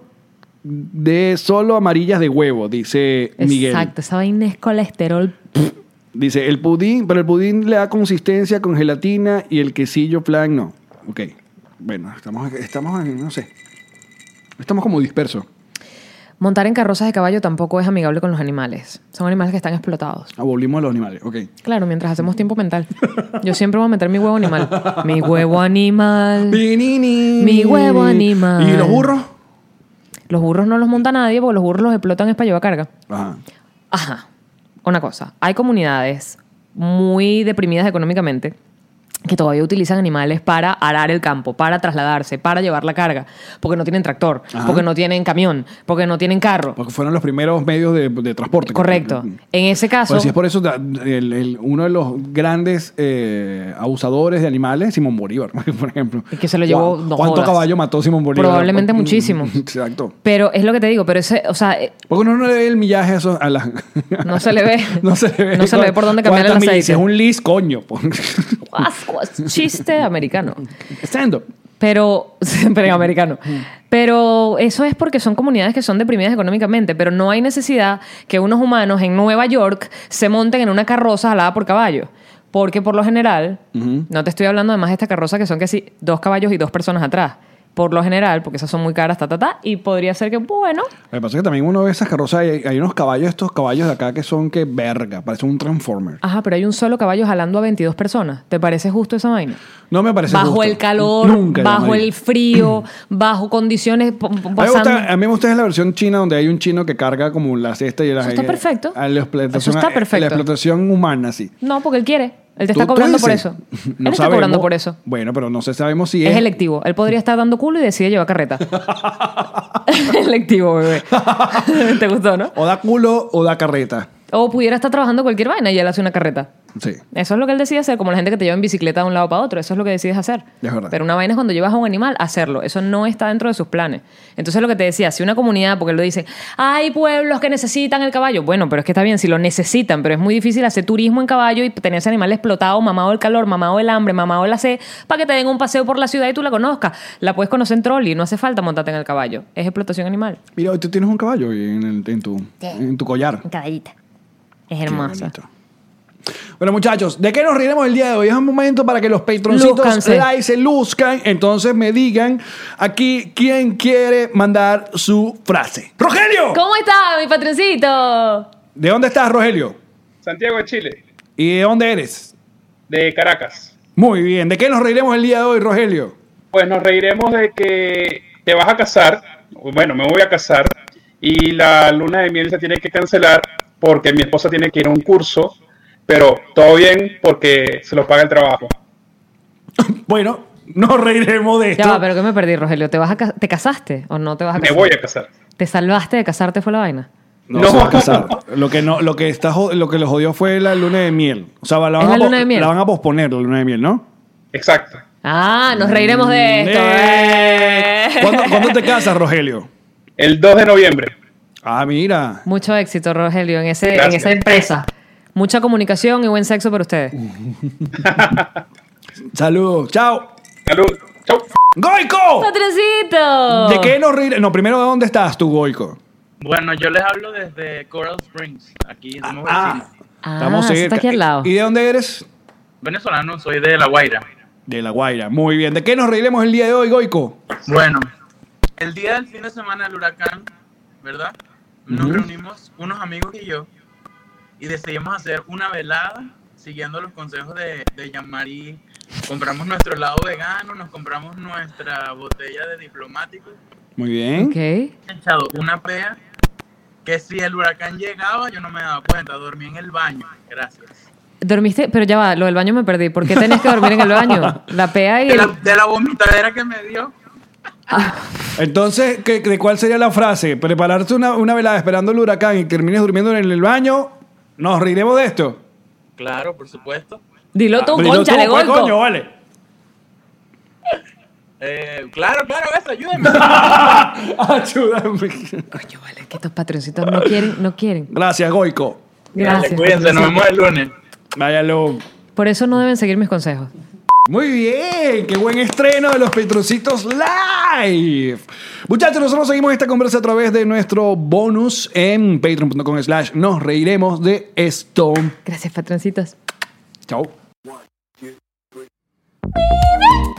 [SPEAKER 1] de solo amarillas de huevo, dice Miguel.
[SPEAKER 2] Exacto, esa vaina es colesterol.
[SPEAKER 1] Dice, el pudín, pero el pudín le da consistencia con gelatina y el quesillo flan no. Ok. Bueno, estamos, estamos en- no sé. Estamos como dispersos.
[SPEAKER 2] Montar en carrozas de caballo tampoco es amigable con los animales. Son animales que están explotados.
[SPEAKER 1] Abolimos a los animales. Ok.
[SPEAKER 2] Claro, mientras hacemos tiempo mental. Yo siempre voy a meter mi huevo animal. Mi huevo animal.
[SPEAKER 1] Pinini.
[SPEAKER 2] Mi huevo animal.
[SPEAKER 1] ¿Y los burros?
[SPEAKER 2] Los burros no los monta nadie porque los burros los explotan es para llevar carga.
[SPEAKER 1] Ajá.
[SPEAKER 2] Ajá. Una cosa, hay comunidades muy deprimidas económicamente que todavía utilizan animales para arar el campo, para trasladarse, para llevar la carga, porque no tienen tractor,
[SPEAKER 1] Ajá.
[SPEAKER 2] porque no tienen camión, porque no tienen carro.
[SPEAKER 1] Porque fueron los primeros medios de, de transporte.
[SPEAKER 2] Correcto. En ese caso,
[SPEAKER 1] Pues si es por eso, da- el- el- uno de los grandes eh, abusadores de animales, Simón Bolívar, por ejemplo.
[SPEAKER 2] Y que se lo llevó,
[SPEAKER 1] ¿Cuán-
[SPEAKER 2] no
[SPEAKER 1] ¿Cuánto
[SPEAKER 2] jodas.
[SPEAKER 1] caballo mató Simón Bolívar?
[SPEAKER 2] Probablemente muchísimo.
[SPEAKER 1] Exacto.
[SPEAKER 2] pero es lo que te digo, pero ese, o sea, eh,
[SPEAKER 1] Porque uno no le ve el millaje a, esos- a las...
[SPEAKER 2] No se le ve.
[SPEAKER 1] no se le ve.
[SPEAKER 2] No se le ve por dónde cambiar el
[SPEAKER 1] ¿Cuántas millas?
[SPEAKER 2] aceite.
[SPEAKER 1] Si es un lis, coño. po.
[SPEAKER 2] asco, es chiste americano.
[SPEAKER 1] Stand up.
[SPEAKER 2] Pero, siempre en americano. Pero eso es porque son comunidades que son deprimidas económicamente, pero no hay necesidad que unos humanos en Nueva York se monten en una carroza jalada por caballo. Porque por lo general, no te estoy hablando además de esta carroza que son que sí, dos caballos y dos personas atrás. Por lo general, porque esas son muy caras, ta, ta, ta, y podría ser que, bueno,
[SPEAKER 1] Lo que pasa es que también uno ve esas carrozas, hay, hay unos caballos, estos caballos de acá que son que verga, parecen un Transformer.
[SPEAKER 2] ajá, pero hay un solo caballo jalando a 22 personas. ¿Te parece justo esa vaina?
[SPEAKER 1] No me parece
[SPEAKER 2] bajo
[SPEAKER 1] justo.
[SPEAKER 2] el calor,
[SPEAKER 1] Nunca,
[SPEAKER 2] bajo
[SPEAKER 1] marico.
[SPEAKER 2] el frío, bajo condiciones po- po-
[SPEAKER 1] A mí, me
[SPEAKER 2] pasando-
[SPEAKER 1] gusta, a mí me gusta es la versión china donde hay un chino que carga como la cesta y la eh,
[SPEAKER 2] Eso está perfecto.
[SPEAKER 1] a la explotación,
[SPEAKER 2] Eso está
[SPEAKER 1] a- a La
[SPEAKER 2] perfecto.
[SPEAKER 1] explotación humana, sí.
[SPEAKER 2] No, porque él quiere. Él te
[SPEAKER 1] ¿Tú-
[SPEAKER 2] está
[SPEAKER 1] tú
[SPEAKER 2] cobrando por
[SPEAKER 1] dices?
[SPEAKER 2] eso. él
[SPEAKER 1] No
[SPEAKER 2] está
[SPEAKER 1] sabemos.
[SPEAKER 2] cobrando por eso.
[SPEAKER 1] Bueno, pero no sé, sabemos si es.
[SPEAKER 2] Es electivo. Él podría estar dando culo y decide llevar carreta. electivo, bebé. ¿Te gustó, no?
[SPEAKER 1] O da culo o da carreta.
[SPEAKER 2] O pudiera estar trabajando cualquier vaina y él hace una carreta.
[SPEAKER 1] Sí.
[SPEAKER 2] Eso es lo que él decide hacer, como la gente que te lleva en bicicleta de un lado para otro. Eso es lo que decides hacer.
[SPEAKER 1] Es verdad.
[SPEAKER 2] Pero una vaina es cuando llevas a un animal, hacerlo. Eso no está dentro de sus planes. Entonces, lo que te decía, si una comunidad, porque lo dicen, hay pueblos que necesitan el caballo. Bueno, pero es que está bien, si lo necesitan, pero es muy difícil hacer turismo en caballo y tener ese animal explotado, mamado del calor, mamado del hambre, mamado de la sed, para que te den un paseo por la ciudad y tú la conozcas. La puedes conocer en trolley, no hace falta montarte en el caballo. Es explotación animal.
[SPEAKER 1] Mira, tú tienes un caballo ahí en, el- en tu, en tu collar.
[SPEAKER 3] Caballita.
[SPEAKER 2] Es
[SPEAKER 1] Qué
[SPEAKER 2] hermosa.
[SPEAKER 1] bonito. Bueno, muchachos, ¿de qué nos riremos el día de hoy? Es un momento para que los patroncitos
[SPEAKER 2] Lúzcanse.
[SPEAKER 1] like se luzcan. Entonces me digan aquí quién quiere mandar su frase. ¡Rogelio!
[SPEAKER 2] ¿Cómo está, mi patroncito?
[SPEAKER 1] ¿De dónde estás, Rogelio?
[SPEAKER 4] Santiago de Chile,
[SPEAKER 1] ¿Y de dónde eres?
[SPEAKER 4] de Caracas.
[SPEAKER 1] Muy bien. ¿De qué nos reiremos el día de hoy, Rogelio?
[SPEAKER 4] Pues nos reiremos de que te vas a casar, o bueno, me voy a casar, y la luna de miel se tiene que cancelar porque mi esposa tiene que ir a un curso, pero todo bien porque se lo paga el trabajo.
[SPEAKER 1] Bueno, nos reiremos de esto.
[SPEAKER 2] Ya va, pero que me perdí, Rogelio. ¿Te, vas a ca- ¿Te casaste o no te vas a
[SPEAKER 4] Me
[SPEAKER 2] casar?
[SPEAKER 4] voy a casar.
[SPEAKER 2] ¿Te salvaste de casarte fue la vaina?
[SPEAKER 1] No,
[SPEAKER 4] No.
[SPEAKER 1] se va a casar. Lo que, no, lo, que está, jo- lo que lo jodió fue la luna de miel. O sea, la van,
[SPEAKER 2] ¿Es la
[SPEAKER 1] a, po-
[SPEAKER 2] luna de miel?
[SPEAKER 1] la van a posponer, la luna de miel, ¿no?
[SPEAKER 4] Exacto.
[SPEAKER 2] Ah, nos reiremos de esto.
[SPEAKER 1] Eh.
[SPEAKER 2] eh.
[SPEAKER 1] ¿Cuándo, cuándo te casas, Rogelio?
[SPEAKER 4] El 2 de noviembre.
[SPEAKER 1] Ah, mira.
[SPEAKER 2] Mucho éxito, Rogelio, en, ese, en
[SPEAKER 4] Gracias.
[SPEAKER 2] esa empresa. Mucha comunicación y buen sexo para ustedes.
[SPEAKER 1] Saludos. Chao.
[SPEAKER 4] Salud. Chau.
[SPEAKER 1] ¡Goico!
[SPEAKER 2] ¡Patrocito!
[SPEAKER 1] ¿De qué nos reiremos? No, primero, ¿de dónde estás tú, Goico?
[SPEAKER 5] Bueno, yo les hablo desde Coral Springs, aquí somos vecinos.
[SPEAKER 2] Ah, eso está aquí al lado.
[SPEAKER 1] ¿Y de dónde eres?
[SPEAKER 5] Venezolano, soy de La Guaira.
[SPEAKER 1] De La Guaira. Muy bien. ¿De qué nos reiremos el día de hoy, Goico?
[SPEAKER 5] Bueno, el día del fin de semana del huracán, ¿verdad? Nos reunimos unos amigos y yo y decidimos hacer una velada siguiendo los consejos de, de Jean-Marie compramos nuestro helado vegano, nos compramos nuestra botella de diplomático,
[SPEAKER 1] Muy bien.
[SPEAKER 2] Ok.
[SPEAKER 5] echado una pea, que si el huracán llegaba yo no me daba cuenta, dormí en el baño, gracias.
[SPEAKER 2] Dormiste, pero ya va, lo del baño me perdí. ¿Por qué tenías que dormir en el baño? La PEA y
[SPEAKER 5] De la,
[SPEAKER 2] el...
[SPEAKER 5] de la vomitadera que me dio,
[SPEAKER 1] Entonces, ¿qué, de cuál sería la frase? ¿Prepararse una, una velada esperando el huracán y termines durmiendo en el baño? ¿Nos reiremos de esto?
[SPEAKER 5] claro, por supuesto.
[SPEAKER 2] Dilo tú,
[SPEAKER 1] Pero dilo
[SPEAKER 2] concha, le
[SPEAKER 1] tú, ¿cuál coño, vale?
[SPEAKER 5] Eh, claro, claro, eso, ayúdenme.
[SPEAKER 1] Ayúdame.
[SPEAKER 2] Coño, vale, que estos patroncitos no quieren, no quieren.
[SPEAKER 1] Gracias, Goico.
[SPEAKER 2] Gracias.
[SPEAKER 5] Cuídense, nos vemos el lunes.
[SPEAKER 1] Váyalo.
[SPEAKER 2] Por eso no deben seguir mis consejos.
[SPEAKER 1] Muy bien, qué buen estreno de los Petrocitos Live. Muchachos, nosotros seguimos esta conversa a través de nuestro bonus en patreon.com slash nos reiremos de esto.
[SPEAKER 2] Gracias, patroncitos.
[SPEAKER 1] Chao.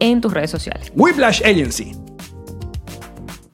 [SPEAKER 2] en tus redes sociales.
[SPEAKER 1] Whiplash Agency.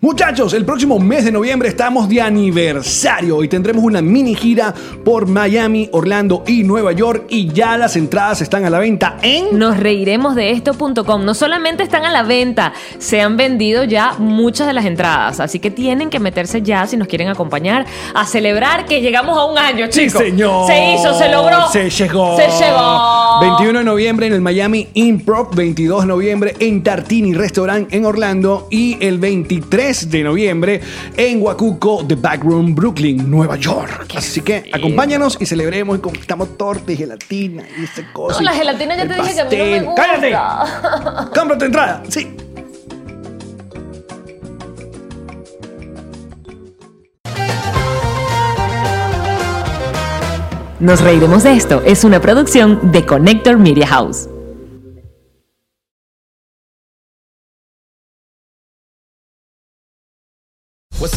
[SPEAKER 1] Muchachos, el próximo mes de noviembre estamos de aniversario y tendremos una mini gira por Miami, Orlando y Nueva York y ya las entradas están a la venta en...
[SPEAKER 2] Nos reiremos de esto.com. No solamente están a la venta, se han vendido ya muchas de las entradas. Así que tienen que meterse ya si nos quieren acompañar a celebrar que llegamos a un año,
[SPEAKER 1] Sí,
[SPEAKER 2] chicos.
[SPEAKER 1] señor.
[SPEAKER 2] Se hizo, se logró.
[SPEAKER 1] Se llegó.
[SPEAKER 2] Se llegó.
[SPEAKER 1] 21 de noviembre en el Miami Improv, 22 de noviembre en Tartini Restaurant en Orlando y el 23 de noviembre en Huacuco, The Backroom, Brooklyn, Nueva York. Así que acompáñanos y celebremos y conquistamos torta y gelatina y ese cosa.
[SPEAKER 2] No, la gelatina ya
[SPEAKER 1] El
[SPEAKER 2] te dije que a mí no me gusta.
[SPEAKER 1] pastel. ¡Cállate! ¡Compra tu entrada! Sí.
[SPEAKER 2] Nos reiremos de esto. Es una producción de Connector Media House.
[SPEAKER 6] What's